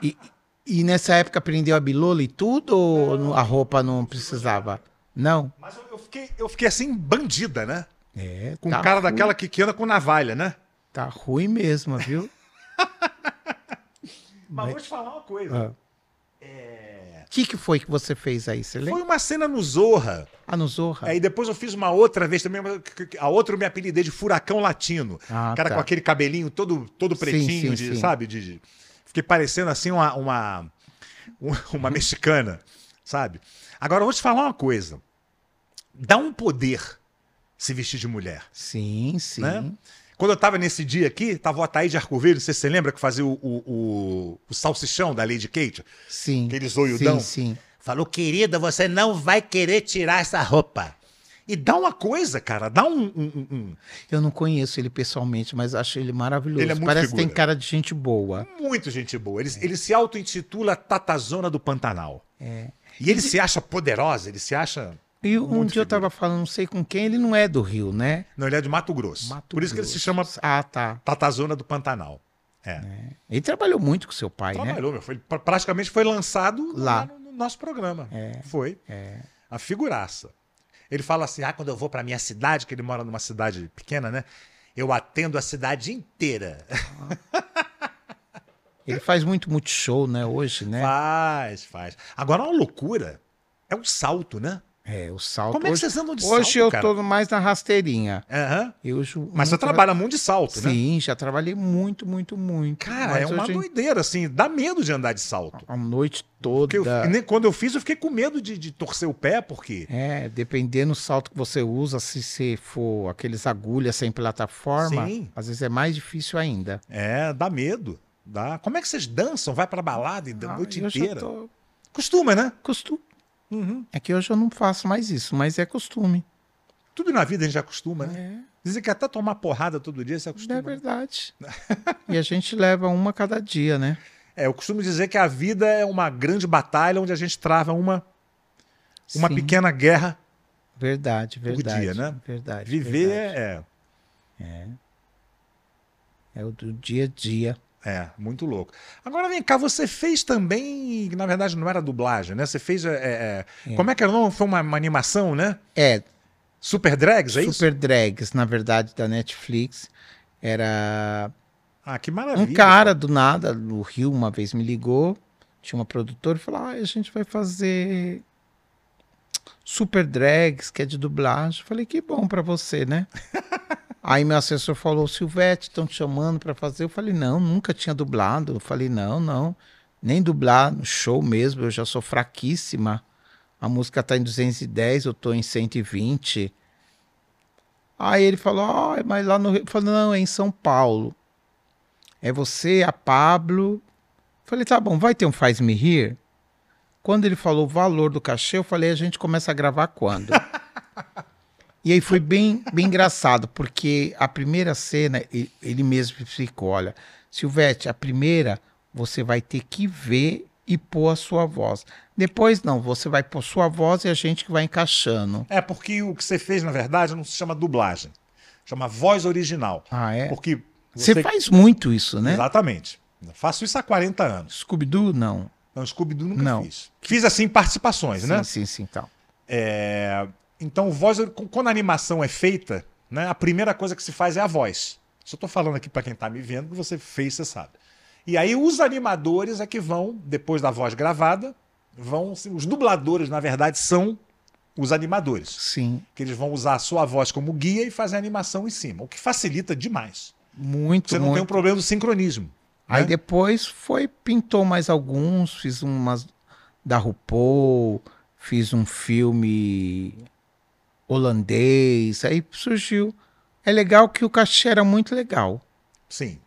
[SPEAKER 1] E, e nessa época prendeu a bilola e tudo? Ou não- a roupa não precisava? Não?
[SPEAKER 2] Mas eu, eu fiquei, eu fiquei assim, bandida, né?
[SPEAKER 1] É,
[SPEAKER 2] Com
[SPEAKER 1] tá
[SPEAKER 2] cara
[SPEAKER 1] ruim,
[SPEAKER 2] daquela que, que anda com navalha, né?
[SPEAKER 1] Tá ruim mesmo, viu?
[SPEAKER 2] Mas vou te falar uma coisa.
[SPEAKER 1] Ah. O que, que foi que você fez aí? Você lembra?
[SPEAKER 2] Foi uma cena no Zorra.
[SPEAKER 1] Ah, no Zorra?
[SPEAKER 2] Aí depois eu fiz uma outra vez também. mas que- que- A outra eu me apelidei de Furacão Latino.
[SPEAKER 1] Ah,
[SPEAKER 2] cara
[SPEAKER 1] tá.
[SPEAKER 2] com aquele cabelinho todo, todo
[SPEAKER 1] Sim,
[SPEAKER 2] pretinho,
[SPEAKER 1] sim,
[SPEAKER 2] de-
[SPEAKER 1] sim.
[SPEAKER 2] sabe? De, de- Fiquei parecendo assim uma, uma, um- uma mexicana, sabe? Agora eu vou te falar uma coisa. Dá um poder se vestir de mulher.
[SPEAKER 1] Sim, sim.
[SPEAKER 2] Né? Quando eu tava nesse dia aqui, tava o Ataí de Arcoveiro, você se lembra que fazia o, o, o- o salsichão da Lady Kate?
[SPEAKER 1] Sim.
[SPEAKER 2] Aquele zoiudão.
[SPEAKER 1] Sim, sim.
[SPEAKER 2] Falou, querida, você não vai querer tirar essa roupa. E dá uma coisa, cara, dá um. um- um- um-
[SPEAKER 1] Eu não conheço ele pessoalmente, mas acho ele maravilhoso.
[SPEAKER 2] Ele é muito
[SPEAKER 1] Parece que tem
[SPEAKER 2] figura.
[SPEAKER 1] cara de gente boa.
[SPEAKER 2] Muito gente boa. Ele,
[SPEAKER 1] É.
[SPEAKER 2] ele se auto-intitula Tatazona do Pantanal.
[SPEAKER 1] É.
[SPEAKER 2] E ele se acha poderosa, ele se acha.
[SPEAKER 1] E um
[SPEAKER 2] Muito
[SPEAKER 1] dia eu tava falando, não sei com quem, ele não é do Rio, né?
[SPEAKER 2] Não, ele é de Mato Grosso.
[SPEAKER 1] Mato
[SPEAKER 2] Por isso que ele se
[SPEAKER 1] Grosso.
[SPEAKER 2] chama
[SPEAKER 1] Ah, tá.
[SPEAKER 2] Tatazona do Pantanal. É.
[SPEAKER 1] Ele trabalhou muito com seu pai, né?
[SPEAKER 2] Trabalhou, meu. Foi, pra- praticamente foi lançado
[SPEAKER 1] Lá. É,
[SPEAKER 2] lá no, no nosso programa. Foi. A figuraça. Ele fala assim: ah, quando eu vou pra minha cidade, que ele mora numa cidade pequena, né? Eu atendo a cidade inteira.
[SPEAKER 1] Ele faz muito multishow, né, hoje, né?
[SPEAKER 2] Faz, faz. Agora, uma loucura. É um salto, né?
[SPEAKER 1] É, o salto.
[SPEAKER 2] Como é que
[SPEAKER 1] hoje
[SPEAKER 2] vocês andam de salto?
[SPEAKER 1] hoje eu
[SPEAKER 2] cara?
[SPEAKER 1] tô mais na rasteirinha.
[SPEAKER 2] Aham.
[SPEAKER 1] Eu, ju-
[SPEAKER 2] Mas você
[SPEAKER 1] nunca-
[SPEAKER 2] trabalha muito de salto, né?
[SPEAKER 1] Sim, já trabalhei muito, muito, muito.
[SPEAKER 2] Cara,
[SPEAKER 1] Mas
[SPEAKER 2] é uma
[SPEAKER 1] hoje
[SPEAKER 2] doideira, assim. Dá medo de andar de salto.
[SPEAKER 1] A noite
[SPEAKER 2] Porque
[SPEAKER 1] toda.
[SPEAKER 2] eu- nem- quando eu fiz, eu fiquei com medo de, de torcer o pé, porque.
[SPEAKER 1] É, dependendo do salto que você usa, se você for aqueles agulhas sem plataforma,
[SPEAKER 2] Sim.
[SPEAKER 1] às vezes é mais difícil ainda.
[SPEAKER 2] É, dá medo. Dá. Como é que vocês dançam? Vai pra balada e dan-
[SPEAKER 1] Ah,
[SPEAKER 2] noite
[SPEAKER 1] eu já
[SPEAKER 2] inteira?
[SPEAKER 1] tô-
[SPEAKER 2] Costuma, né? Uhum.
[SPEAKER 1] Costume. É que hoje eu não faço mais isso, mas é costume.
[SPEAKER 2] Tudo na vida a gente já acostuma, né?
[SPEAKER 1] É,
[SPEAKER 2] Dizem que até tomar porrada todo dia você acostuma.
[SPEAKER 1] é verdade. e a gente leva uma cada dia, né?
[SPEAKER 2] É, eu costumo dizer que a vida é uma grande batalha onde a gente trava uma, uma
[SPEAKER 1] Sim,
[SPEAKER 2] pequena guerra.
[SPEAKER 1] Verdade,
[SPEAKER 2] por
[SPEAKER 1] verdade.
[SPEAKER 2] dia, né?
[SPEAKER 1] Verdade.
[SPEAKER 2] Viver
[SPEAKER 1] verdade.
[SPEAKER 2] é,
[SPEAKER 1] é o do dia a dia.
[SPEAKER 2] é muito louco. Agora vem cá, você fez também, na verdade não era dublagem, né? Você fez. é, é,
[SPEAKER 1] É.
[SPEAKER 2] Como é que era? Não, foi uma, uma animação, né?
[SPEAKER 1] É,
[SPEAKER 2] Super Drags, é isso?
[SPEAKER 1] Super Drags, na verdade, da Netflix. Era
[SPEAKER 2] Ah, que
[SPEAKER 1] um
[SPEAKER 2] maravilha.
[SPEAKER 1] cara do nada, no Rio, uma vez me ligou. Tinha uma produtora e falou: ah, a gente vai fazer Super Drags, que é de dublagem. Eu Falei: que bom pra você, né? Aí meu assessor falou: Silvete, estão te chamando pra fazer. Eu falei: não, nunca tinha dublado. Eu falei: não, não. Nem dublar no show mesmo, eu já sou fraquíssima. A música tá em 210, eu tô em 120. Aí ele falou: ah, mas lá no Rio. Eu falei: não, é em São Paulo. É você, a Pablo. Falei, tá bom, vai ter um Faz-me Rir? Quando ele falou o valor do cachê, eu falei, a gente começa a gravar quando? e aí foi bem, bem engraçado, porque a primeira cena, e- ele mesmo ficou, olha, Silvete, a primeira você vai ter que ver e pôr a sua voz. Depois não, você vai pôr sua voz e a gente que vai encaixando.
[SPEAKER 2] É, porque o que você fez, na verdade, não se chama dublagem. Chama voz original.
[SPEAKER 1] Ah, é?
[SPEAKER 2] Porque
[SPEAKER 1] Você, faz muito isso, né?
[SPEAKER 2] Exatamente. Eu faço isso há 40 anos.
[SPEAKER 1] Scooby-Doo, não.
[SPEAKER 2] Não, Scooby-Doo nunca
[SPEAKER 1] Não.
[SPEAKER 2] fiz. Fiz, assim, participações, né?
[SPEAKER 1] Sim, sim, sim, então.
[SPEAKER 2] É, Então, voz, quando a animação é feita, né, a primeira coisa que se faz é a voz. Só tô falando aqui para quem tá me vendo, que você fez, você sabe. E aí os animadores é que vão, depois da voz gravada, vão... Os dubladores, na verdade, são os animadores.
[SPEAKER 1] Sim.
[SPEAKER 2] que eles vão usar a sua voz como guia e fazer a animação em cima, o que facilita demais.
[SPEAKER 1] Muito,
[SPEAKER 2] Você não
[SPEAKER 1] muito.
[SPEAKER 2] tem o problema do sincronismo.
[SPEAKER 1] Aí
[SPEAKER 2] né?
[SPEAKER 1] depois foi, pintou mais alguns, fiz umas da RuPaul, fiz um filme holandês, aí surgiu. É legal que o cachê era muito legal,
[SPEAKER 2] Sim.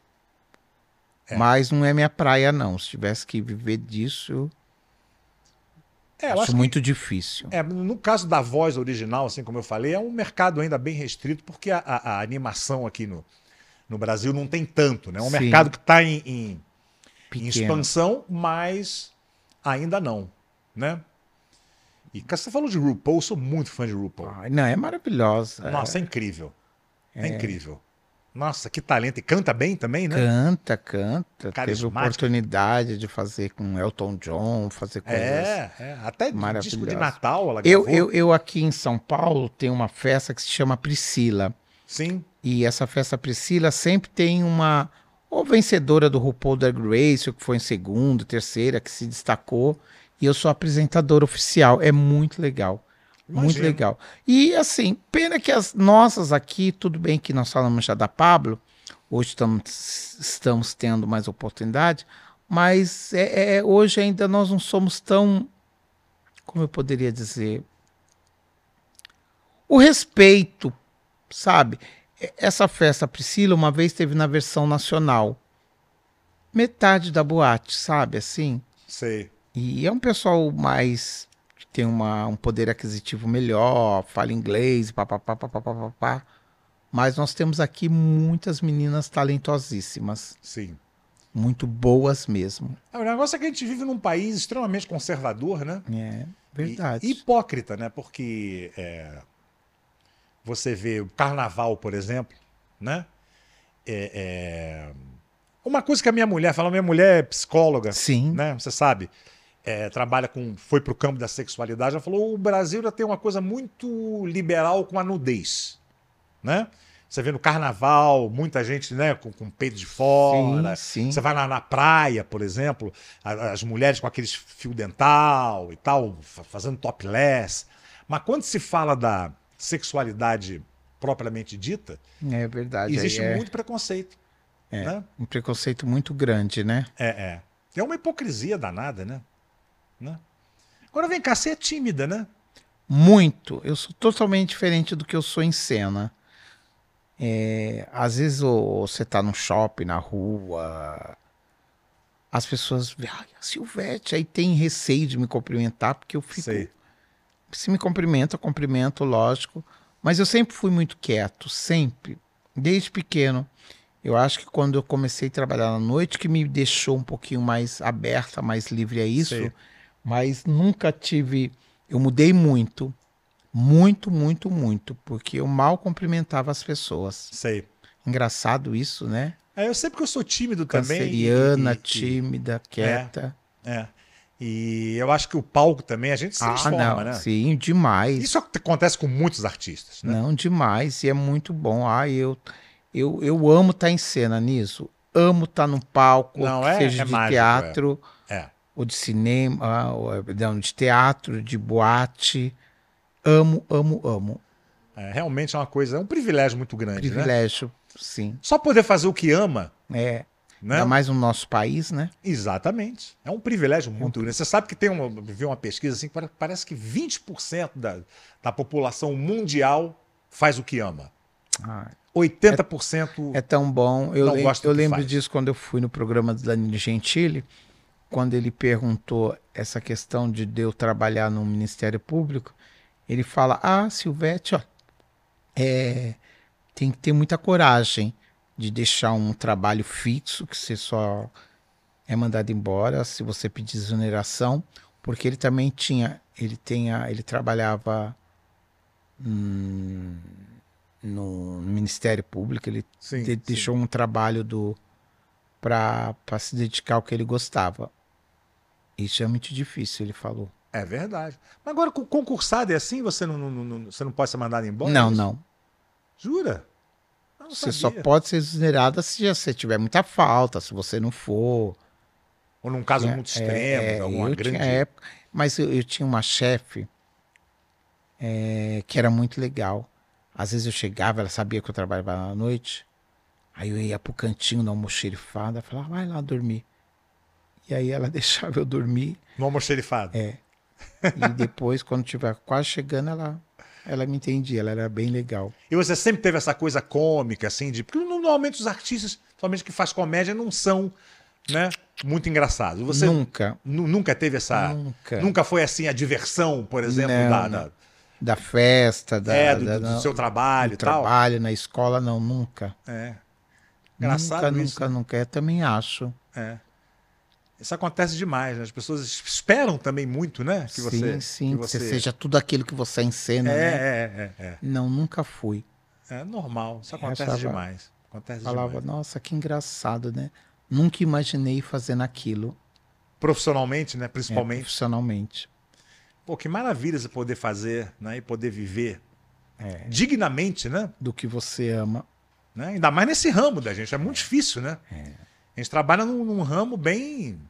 [SPEAKER 2] É.
[SPEAKER 1] mas não é minha praia não. Se tivesse que viver disso,
[SPEAKER 2] É, eu
[SPEAKER 1] acho
[SPEAKER 2] acho
[SPEAKER 1] muito difícil.
[SPEAKER 2] é, no caso da voz original, assim como eu falei, é um mercado ainda bem restrito, porque a, a- a animação aqui no, no Brasil não tem tanto, né? É um
[SPEAKER 1] Sim.
[SPEAKER 2] mercado que está em, em- em
[SPEAKER 1] Pequeno.
[SPEAKER 2] expansão, mas ainda não, né? E cara, você falou de RuPaul, eu sou muito fã de RuPaul.
[SPEAKER 1] Ai, não, é maravilhosa.
[SPEAKER 2] Nossa, é incrível. É. incrível. Nossa, que talento. E canta bem também, né?
[SPEAKER 1] Canta, canta. Teve
[SPEAKER 2] Carismática.
[SPEAKER 1] oportunidade de fazer com Elton John, fazer coisas.
[SPEAKER 2] É, é, até disco de
[SPEAKER 1] Maravilhosa.
[SPEAKER 2] Natal ela
[SPEAKER 1] Eu,
[SPEAKER 2] gravou.
[SPEAKER 1] eu, eu aqui em São Paulo tem uma festa que se chama Priscila.
[SPEAKER 2] Sim,
[SPEAKER 1] E essa festa Priscila sempre tem uma ou vencedora do RuPaul Drag Race, ou que foi em segundo, terceira, que se destacou. E eu sou apresentadora oficial. É muito legal. Muito
[SPEAKER 2] Imagino.
[SPEAKER 1] legal. E assim, pena que as nossas aqui, tudo bem que nós falamos já da Pablo, hoje estamos, estamos tendo mais oportunidade, mas é- é- hoje ainda nós não somos tão, como eu poderia dizer, o respeito sabe? E- Essa festa Priscila uma vez teve na versão nacional. Metade da boate, sabe assim?
[SPEAKER 2] Sei.
[SPEAKER 1] E é um pessoal mais que tem uma, um poder aquisitivo melhor, fala inglês, papapá, papapá, papapá. Mas nós temos aqui muitas meninas talentosíssimas,
[SPEAKER 2] Sim.
[SPEAKER 1] muito boas mesmo.
[SPEAKER 2] Ah, O negócio é que a gente vive num país extremamente conservador, né?
[SPEAKER 1] É
[SPEAKER 2] E-
[SPEAKER 1] verdade.
[SPEAKER 2] e hipócrita, né? Porque é, você vê o carnaval, por exemplo, né? É, é, Uma coisa que a minha mulher fala, minha mulher é psicóloga,
[SPEAKER 1] Sim,
[SPEAKER 2] né? Você sabe, é, trabalha com, foi pro campo da sexualidade, ela falou, o Brasil já tem uma coisa muito liberal com a nudez, né? Você vê no carnaval, muita gente, né, com, com o peito de fora,
[SPEAKER 1] sim,
[SPEAKER 2] você
[SPEAKER 1] sim.
[SPEAKER 2] vai na, na praia, por exemplo, a- as mulheres com aqueles fio dental e tal, fa- fazendo topless. Mas quando se fala da sexualidade propriamente dita,
[SPEAKER 1] É verdade. aí
[SPEAKER 2] existe
[SPEAKER 1] é
[SPEAKER 2] muito preconceito. né?
[SPEAKER 1] um preconceito muito grande, né?
[SPEAKER 2] É, é. É uma hipocrisia danada, né? né? Agora vem cá, você é tímida, né?
[SPEAKER 1] Muito. Eu sou totalmente diferente do que eu sou em cena. É, às vezes ô, você tá no shopping, na rua, as pessoas. Ai, a Silvete, aí tem receio de me cumprimentar, porque eu fico.
[SPEAKER 2] Sei.
[SPEAKER 1] Se me cumprimenta, eu cumprimento, lógico. Mas eu sempre fui muito quieto, sempre. Desde pequeno. Eu acho que quando eu comecei a trabalhar na noite, que me deixou um pouquinho mais aberta, mais livre a isso.
[SPEAKER 2] Sei.
[SPEAKER 1] Mas nunca tive. Eu mudei muito. Muito, muito, muito. Porque eu mal cumprimentava as pessoas.
[SPEAKER 2] Sei.
[SPEAKER 1] Engraçado isso, né?
[SPEAKER 2] É, eu sei porque eu sou tímido também. e-
[SPEAKER 1] Canceriana,
[SPEAKER 2] e- e-
[SPEAKER 1] tímida, quieta.
[SPEAKER 2] É. E eu acho que o palco também, a gente se
[SPEAKER 1] ah,
[SPEAKER 2] transforma,
[SPEAKER 1] não.
[SPEAKER 2] né?
[SPEAKER 1] Sim, demais.
[SPEAKER 2] Isso ac- acontece com muitos artistas, né?
[SPEAKER 1] Não, demais, e é muito bom. Ah, eu, eu, eu amo estar em cena nisso. Amo estar no palco,
[SPEAKER 2] Não,
[SPEAKER 1] que
[SPEAKER 2] é-
[SPEAKER 1] seja
[SPEAKER 2] é
[SPEAKER 1] de
[SPEAKER 2] mágico, é.
[SPEAKER 1] teatro,
[SPEAKER 2] É.
[SPEAKER 1] ou de cinema, ah, ou, não, de teatro, de boate. Amo, amo, amo.
[SPEAKER 2] É, realmente é uma coisa, é um privilégio muito grande, né?
[SPEAKER 1] Privilégio, sim.
[SPEAKER 2] Só poder fazer o que ama,
[SPEAKER 1] É,
[SPEAKER 2] né?
[SPEAKER 1] Ainda mais no nosso país, né?
[SPEAKER 2] Exatamente. É um privilégio muito grande. Você sabe que tem uma, vi uma pesquisa assim, que pare- parece que 20% da, da população mundial faz o que ama.
[SPEAKER 1] Ah,
[SPEAKER 2] 80%
[SPEAKER 1] É tão bom. Eu,
[SPEAKER 2] Não
[SPEAKER 1] lem-
[SPEAKER 2] gosto do
[SPEAKER 1] eu
[SPEAKER 2] que
[SPEAKER 1] lembro
[SPEAKER 2] faz.
[SPEAKER 1] disso quando eu fui no programa do Danilo Gentili, quando ele perguntou essa questão de eu trabalhar no Ministério Público. Ele fala: Ah, Silvete, ó, é, tem que ter muita coragem de deixar um trabalho fixo, que você só é mandado embora se você pedir exoneração, porque ele também tinha, ele tinha, ele trabalhava hum, no, no Ministério Público, ele
[SPEAKER 2] sim,
[SPEAKER 1] de-
[SPEAKER 2] sim.
[SPEAKER 1] deixou um trabalho do para se dedicar ao que ele gostava. Isso é muito difícil, ele falou.
[SPEAKER 2] É verdade. Mas agora, com concursado é assim? Você não, não- não- não- você não pode ser mandado embora?
[SPEAKER 1] não,
[SPEAKER 2] É isso?
[SPEAKER 1] não.
[SPEAKER 2] Jura? Eu não
[SPEAKER 1] Você só
[SPEAKER 2] sabia.
[SPEAKER 1] pode ser exonerada se já- você tiver muita falta, se você não for.
[SPEAKER 2] Ou num caso
[SPEAKER 1] É,
[SPEAKER 2] muito extremo,
[SPEAKER 1] É,
[SPEAKER 2] alguma
[SPEAKER 1] eu
[SPEAKER 2] grande.
[SPEAKER 1] tinha época, mas eu, eu tinha uma chefe é, que era muito legal. Às vezes eu chegava, ela sabia que eu trabalhava à noite, aí eu ia pro cantinho da almoxerifada, falava, vai lá dormir. E aí ela deixava eu dormir
[SPEAKER 2] No almoxerifado.
[SPEAKER 1] é. E depois, quando tiver quase chegando, ela, ela me entendia, ela era bem legal.
[SPEAKER 2] E você sempre teve essa coisa cômica, assim, de. Porque normalmente os artistas, principalmente que faz comédia, não são, né? Muito engraçados. Você nu-
[SPEAKER 1] Nunca,
[SPEAKER 2] nunca teve essa.
[SPEAKER 1] nunca.
[SPEAKER 2] Nunca foi assim a diversão, por exemplo,
[SPEAKER 1] Não,
[SPEAKER 2] da,
[SPEAKER 1] não.
[SPEAKER 2] da-
[SPEAKER 1] Da festa, da,
[SPEAKER 2] é, do,
[SPEAKER 1] da-
[SPEAKER 2] do
[SPEAKER 1] da-
[SPEAKER 2] seu
[SPEAKER 1] do
[SPEAKER 2] trabalho e tal.
[SPEAKER 1] trabalho, na escola, não, nunca.
[SPEAKER 2] É. Engraçado
[SPEAKER 1] nunca,
[SPEAKER 2] isso.
[SPEAKER 1] nunca, nunca. Eu também acho.
[SPEAKER 2] né? É. Isso acontece demais, né? As pessoas es- esperam também muito, né? Que você.
[SPEAKER 1] sim, sim,
[SPEAKER 2] que
[SPEAKER 1] que
[SPEAKER 2] você-
[SPEAKER 1] você seja tudo aquilo que você
[SPEAKER 2] É,
[SPEAKER 1] encena, né?
[SPEAKER 2] é, é, é.
[SPEAKER 1] Não, nunca fui.
[SPEAKER 2] É normal. Isso
[SPEAKER 1] Eu
[SPEAKER 2] acontece
[SPEAKER 1] achava-
[SPEAKER 2] demais. Acontece
[SPEAKER 1] Falava,
[SPEAKER 2] demais.
[SPEAKER 1] nossa, que engraçado, né? Nunca imaginei fazendo aquilo,
[SPEAKER 2] Profissionalmente, né?
[SPEAKER 1] é,
[SPEAKER 2] Principalmente.
[SPEAKER 1] profissionalmente. É.
[SPEAKER 2] Pô, que maravilha você poder fazer, né? E poder viver
[SPEAKER 1] É.
[SPEAKER 2] dignamente, né?
[SPEAKER 1] Do que você ama.
[SPEAKER 2] né? Ainda mais nesse ramo da gente. É muito difícil, né?
[SPEAKER 1] É.
[SPEAKER 2] A gente trabalha num, num ramo bem.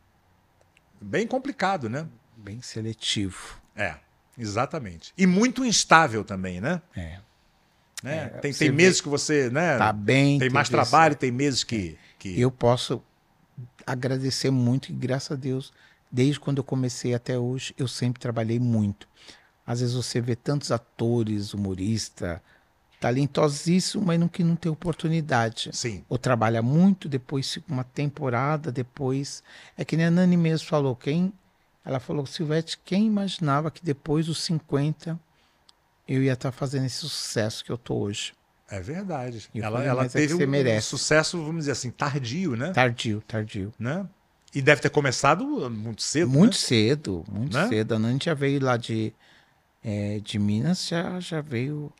[SPEAKER 2] bem complicado, né?
[SPEAKER 1] Bem seletivo.
[SPEAKER 2] É, exatamente. E muito instável também, né?
[SPEAKER 1] É.
[SPEAKER 2] Né?
[SPEAKER 1] É,
[SPEAKER 2] tem
[SPEAKER 1] você
[SPEAKER 2] tem
[SPEAKER 1] vê-
[SPEAKER 2] meses que você, né?
[SPEAKER 1] Tá bem.
[SPEAKER 2] tem mais
[SPEAKER 1] teve esse-
[SPEAKER 2] trabalho, tem meses que. que...
[SPEAKER 1] É. Eu posso agradecer muito e graças a Deus, desde quando eu comecei até hoje, eu sempre trabalhei muito. Às vezes você vê tantos atores, humorista, talentosíssimo, mas não que não tem oportunidade.
[SPEAKER 2] Sim.
[SPEAKER 1] Ou trabalha muito, depois fica uma temporada, depois. É que nem a Nani mesmo falou, quem. Ela falou, Silvete, quem imaginava que depois dos 50 eu ia estar fazendo esse sucesso que eu tô hoje?
[SPEAKER 2] É verdade.
[SPEAKER 1] E eu
[SPEAKER 2] ela
[SPEAKER 1] falei,
[SPEAKER 2] ela
[SPEAKER 1] mas é que
[SPEAKER 2] teve
[SPEAKER 1] você
[SPEAKER 2] um
[SPEAKER 1] merece. Tá.
[SPEAKER 2] sucesso, vamos dizer assim, tardio, né?
[SPEAKER 1] Tardio, tardio.
[SPEAKER 2] né? E deve ter começado muito cedo.
[SPEAKER 1] Muito
[SPEAKER 2] né?
[SPEAKER 1] cedo, muito
[SPEAKER 2] Né?
[SPEAKER 1] cedo. A Nani já veio lá de, eh, de Minas, já, já veio,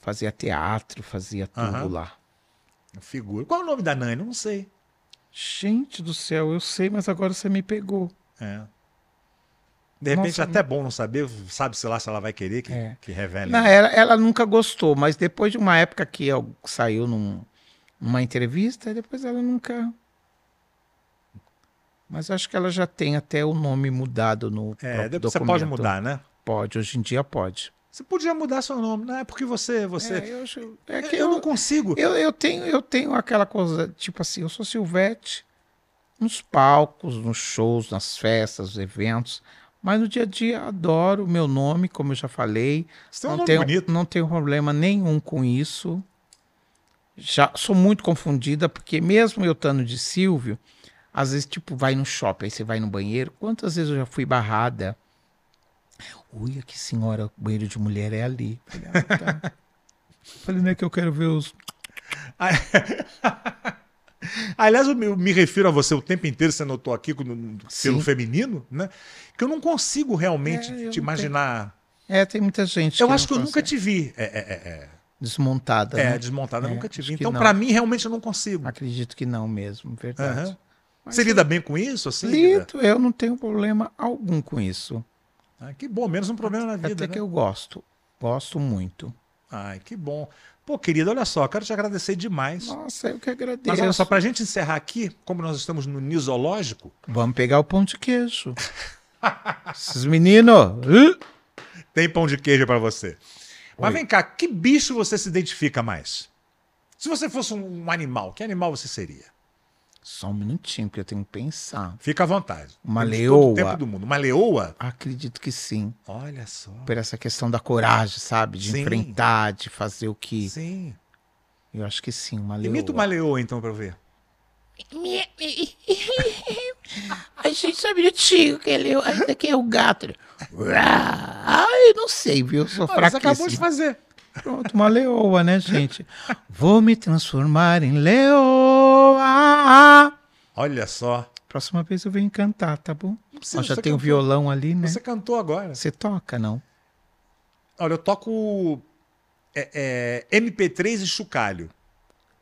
[SPEAKER 1] fazia teatro, fazia tudo
[SPEAKER 2] Aham.
[SPEAKER 1] lá.
[SPEAKER 2] Figura. Qual é o nome da Nani? Eu Não sei.
[SPEAKER 1] Gente do céu, eu sei, mas agora você me pegou.
[SPEAKER 2] É. De repente,
[SPEAKER 1] Nossa,
[SPEAKER 2] até bom não saber, sabe, sei lá, se ela vai querer que,
[SPEAKER 1] É.
[SPEAKER 2] que revele.
[SPEAKER 1] Não, ela, ela nunca gostou, mas depois de uma época que eu- saiu num- numa entrevista, aí depois ela nunca. Mas acho que ela já tem até o nome mudado no.
[SPEAKER 2] É,
[SPEAKER 1] próprio
[SPEAKER 2] depois você
[SPEAKER 1] documento.
[SPEAKER 2] pode mudar, né?
[SPEAKER 1] Pode, hoje em dia pode.
[SPEAKER 2] Você podia mudar seu nome, não é porque você. você...
[SPEAKER 1] É, eu, acho- é
[SPEAKER 2] Eu-
[SPEAKER 1] que
[SPEAKER 2] eu,
[SPEAKER 1] eu,
[SPEAKER 2] não consigo.
[SPEAKER 1] eu, eu tenho, eu tenho aquela coisa, tipo assim, eu sou Silvete nos palcos, nos shows, nas festas, nos eventos. Mas no dia a dia adoro o meu nome, como eu já falei.
[SPEAKER 2] Você tem um
[SPEAKER 1] não,
[SPEAKER 2] nome
[SPEAKER 1] tenho,
[SPEAKER 2] bonito.
[SPEAKER 1] não tenho problema nenhum com isso. Já sou muito confundida, porque mesmo eu estando de Silvio, às vezes, tipo, vai no shopping, aí você vai no banheiro. Quantas vezes eu já fui barrada? Olha que senhora, o banheiro de mulher é ali. Falei, ah, tá. Falei, não é que eu quero ver os.
[SPEAKER 2] Aliás, eu me, eu me refiro a você o tempo inteiro, você notou aqui com- no- pelo
[SPEAKER 1] Sim.
[SPEAKER 2] feminino, né? Que eu não consigo realmente
[SPEAKER 1] É, eu não
[SPEAKER 2] te
[SPEAKER 1] tenho-
[SPEAKER 2] imaginar.
[SPEAKER 1] É, tem muita gente.
[SPEAKER 2] Eu acho que eu
[SPEAKER 1] não
[SPEAKER 2] nunca
[SPEAKER 1] consegue.
[SPEAKER 2] te vi. É, é,
[SPEAKER 1] Desmontada.
[SPEAKER 2] é, é. é
[SPEAKER 1] né?
[SPEAKER 2] desmontada, eu
[SPEAKER 1] É,
[SPEAKER 2] nunca te
[SPEAKER 1] acho
[SPEAKER 2] vi.
[SPEAKER 1] que
[SPEAKER 2] Então,
[SPEAKER 1] não.
[SPEAKER 2] pra mim, realmente eu não consigo.
[SPEAKER 1] Acredito que não mesmo, verdade.
[SPEAKER 2] Aham.
[SPEAKER 1] Mas
[SPEAKER 2] Você
[SPEAKER 1] eu-
[SPEAKER 2] lida bem com isso? Assim, Lida?
[SPEAKER 1] Lido, eu não tenho problema algum com isso.
[SPEAKER 2] Ah, que bom, menos um problema na vida.
[SPEAKER 1] Até
[SPEAKER 2] né?
[SPEAKER 1] que eu gosto. Gosto muito.
[SPEAKER 2] Ai, que bom. Pô, querido, olha só, quero te agradecer demais.
[SPEAKER 1] Nossa, eu que agradeço.
[SPEAKER 2] Mas olha só, pra gente encerrar aqui, como nós estamos no Nisológico,
[SPEAKER 1] Vamos pegar o pão de queijo. Esses meninos. hã?
[SPEAKER 2] tem pão de queijo pra você. Mas
[SPEAKER 1] Oi.
[SPEAKER 2] vem cá, que bicho você se identifica mais? Se você fosse um um animal, que animal você seria?
[SPEAKER 1] Só um minutinho, porque eu tenho que pensar.
[SPEAKER 2] Fica à vontade.
[SPEAKER 1] Uma
[SPEAKER 2] Temos Todo
[SPEAKER 1] leoa.
[SPEAKER 2] o tempo do mundo. Uma leoa?
[SPEAKER 1] Acredito que sim.
[SPEAKER 2] Olha só.
[SPEAKER 1] Por essa questão da coragem, sabe? De
[SPEAKER 2] Sim.
[SPEAKER 1] enfrentar, de fazer o que.
[SPEAKER 2] Sim.
[SPEAKER 1] Eu acho que sim, uma leoa.
[SPEAKER 2] Imita uma leoa, então, pra eu ver.
[SPEAKER 1] A gente sabe direitinho que ele esse aqui é o gato. Ele- Ai, não sei, viu? Eu sou
[SPEAKER 2] Olha, você acabou de
[SPEAKER 1] fraquíssimo.
[SPEAKER 2] fazer.
[SPEAKER 1] Pronto, uma leoa, né, gente? Vou me transformar em leoa.
[SPEAKER 2] Olha só.
[SPEAKER 1] Próxima vez eu venho cantar, tá bom?
[SPEAKER 2] Não precisa,
[SPEAKER 1] Ó, já
[SPEAKER 2] você
[SPEAKER 1] tem o
[SPEAKER 2] cantou.
[SPEAKER 1] violão ali, né?
[SPEAKER 2] Você cantou agora.
[SPEAKER 1] Você toca, não?
[SPEAKER 2] Olha, eu toco é, é, MP3 e chocalho.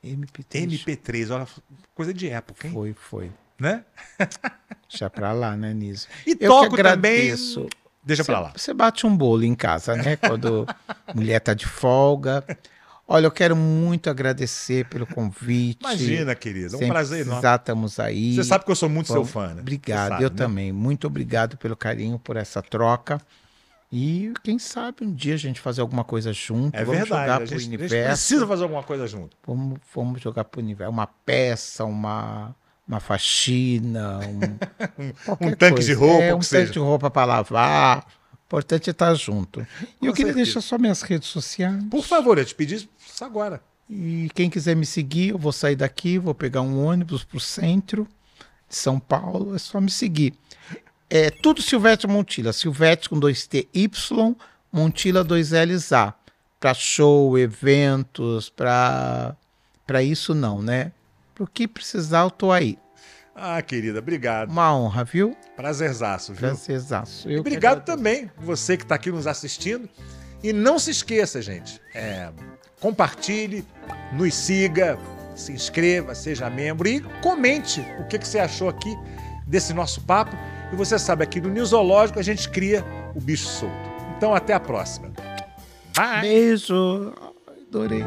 [SPEAKER 1] MP3.
[SPEAKER 2] MP3, olha, coisa de época, hein?
[SPEAKER 1] Foi, foi.
[SPEAKER 2] Né?
[SPEAKER 1] Deixa pra lá, né, Niso?
[SPEAKER 2] E
[SPEAKER 1] Eu
[SPEAKER 2] toco
[SPEAKER 1] que
[SPEAKER 2] também.
[SPEAKER 1] agradeço.
[SPEAKER 2] Deixa pra lá.
[SPEAKER 1] Você bate um bolo em casa, né? Quando mulher tá de folga. Olha, eu quero muito agradecer pelo convite.
[SPEAKER 2] Imagina, querida. Um
[SPEAKER 1] Sempre
[SPEAKER 2] prazer enorme.
[SPEAKER 1] precisar, estamos aí.
[SPEAKER 2] Você sabe que eu sou muito seu
[SPEAKER 1] Vamos-
[SPEAKER 2] fã, né?
[SPEAKER 1] Obrigado,
[SPEAKER 2] Você sabe,
[SPEAKER 1] eu
[SPEAKER 2] né?
[SPEAKER 1] também. Muito obrigado pelo carinho, por essa troca. E quem sabe um dia a gente fazer alguma coisa junto.
[SPEAKER 2] É
[SPEAKER 1] vamos jogar
[SPEAKER 2] verdade.
[SPEAKER 1] pro
[SPEAKER 2] A gente, a gente
[SPEAKER 1] universo.
[SPEAKER 2] precisa fazer alguma coisa junto.
[SPEAKER 1] Vamos, vamos jogar pro universo. É Uma peça, uma, uma faxina, um, qualquer
[SPEAKER 2] tanque de roupa,
[SPEAKER 1] É,
[SPEAKER 2] o
[SPEAKER 1] um
[SPEAKER 2] que
[SPEAKER 1] tanque
[SPEAKER 2] seja.
[SPEAKER 1] de roupa para lavar. O importante é estar junto. E eu
[SPEAKER 2] Com
[SPEAKER 1] queria
[SPEAKER 2] certeza.
[SPEAKER 1] deixar só minhas redes sociais.
[SPEAKER 2] Por favor, eu te pedi isso agora.
[SPEAKER 1] E quem quiser me seguir, eu vou sair daqui, vou pegar um ônibus pro centro de São Paulo, é só me seguir. É tudo Silvete Montila, Silvete com 2TY, Montila 2LA. Para show, eventos, para para isso não, né? Pro que precisar, eu tô aí.
[SPEAKER 2] Ah, querida, obrigado.
[SPEAKER 1] Uma honra, viu?
[SPEAKER 2] Prazerzaço, viu?
[SPEAKER 1] Prazerzaço.
[SPEAKER 2] E
[SPEAKER 1] Eu
[SPEAKER 2] Obrigado
[SPEAKER 1] que agradeço.
[SPEAKER 2] também, você que está aqui nos assistindo. E não se esqueça, gente, é, compartilhe, nos siga, se inscreva, seja membro e comente o que, que você achou aqui desse nosso papo. E você sabe, aqui no Newsológico a gente cria o bicho solto. Então até a próxima. Bye!
[SPEAKER 1] Beijo. Adorei.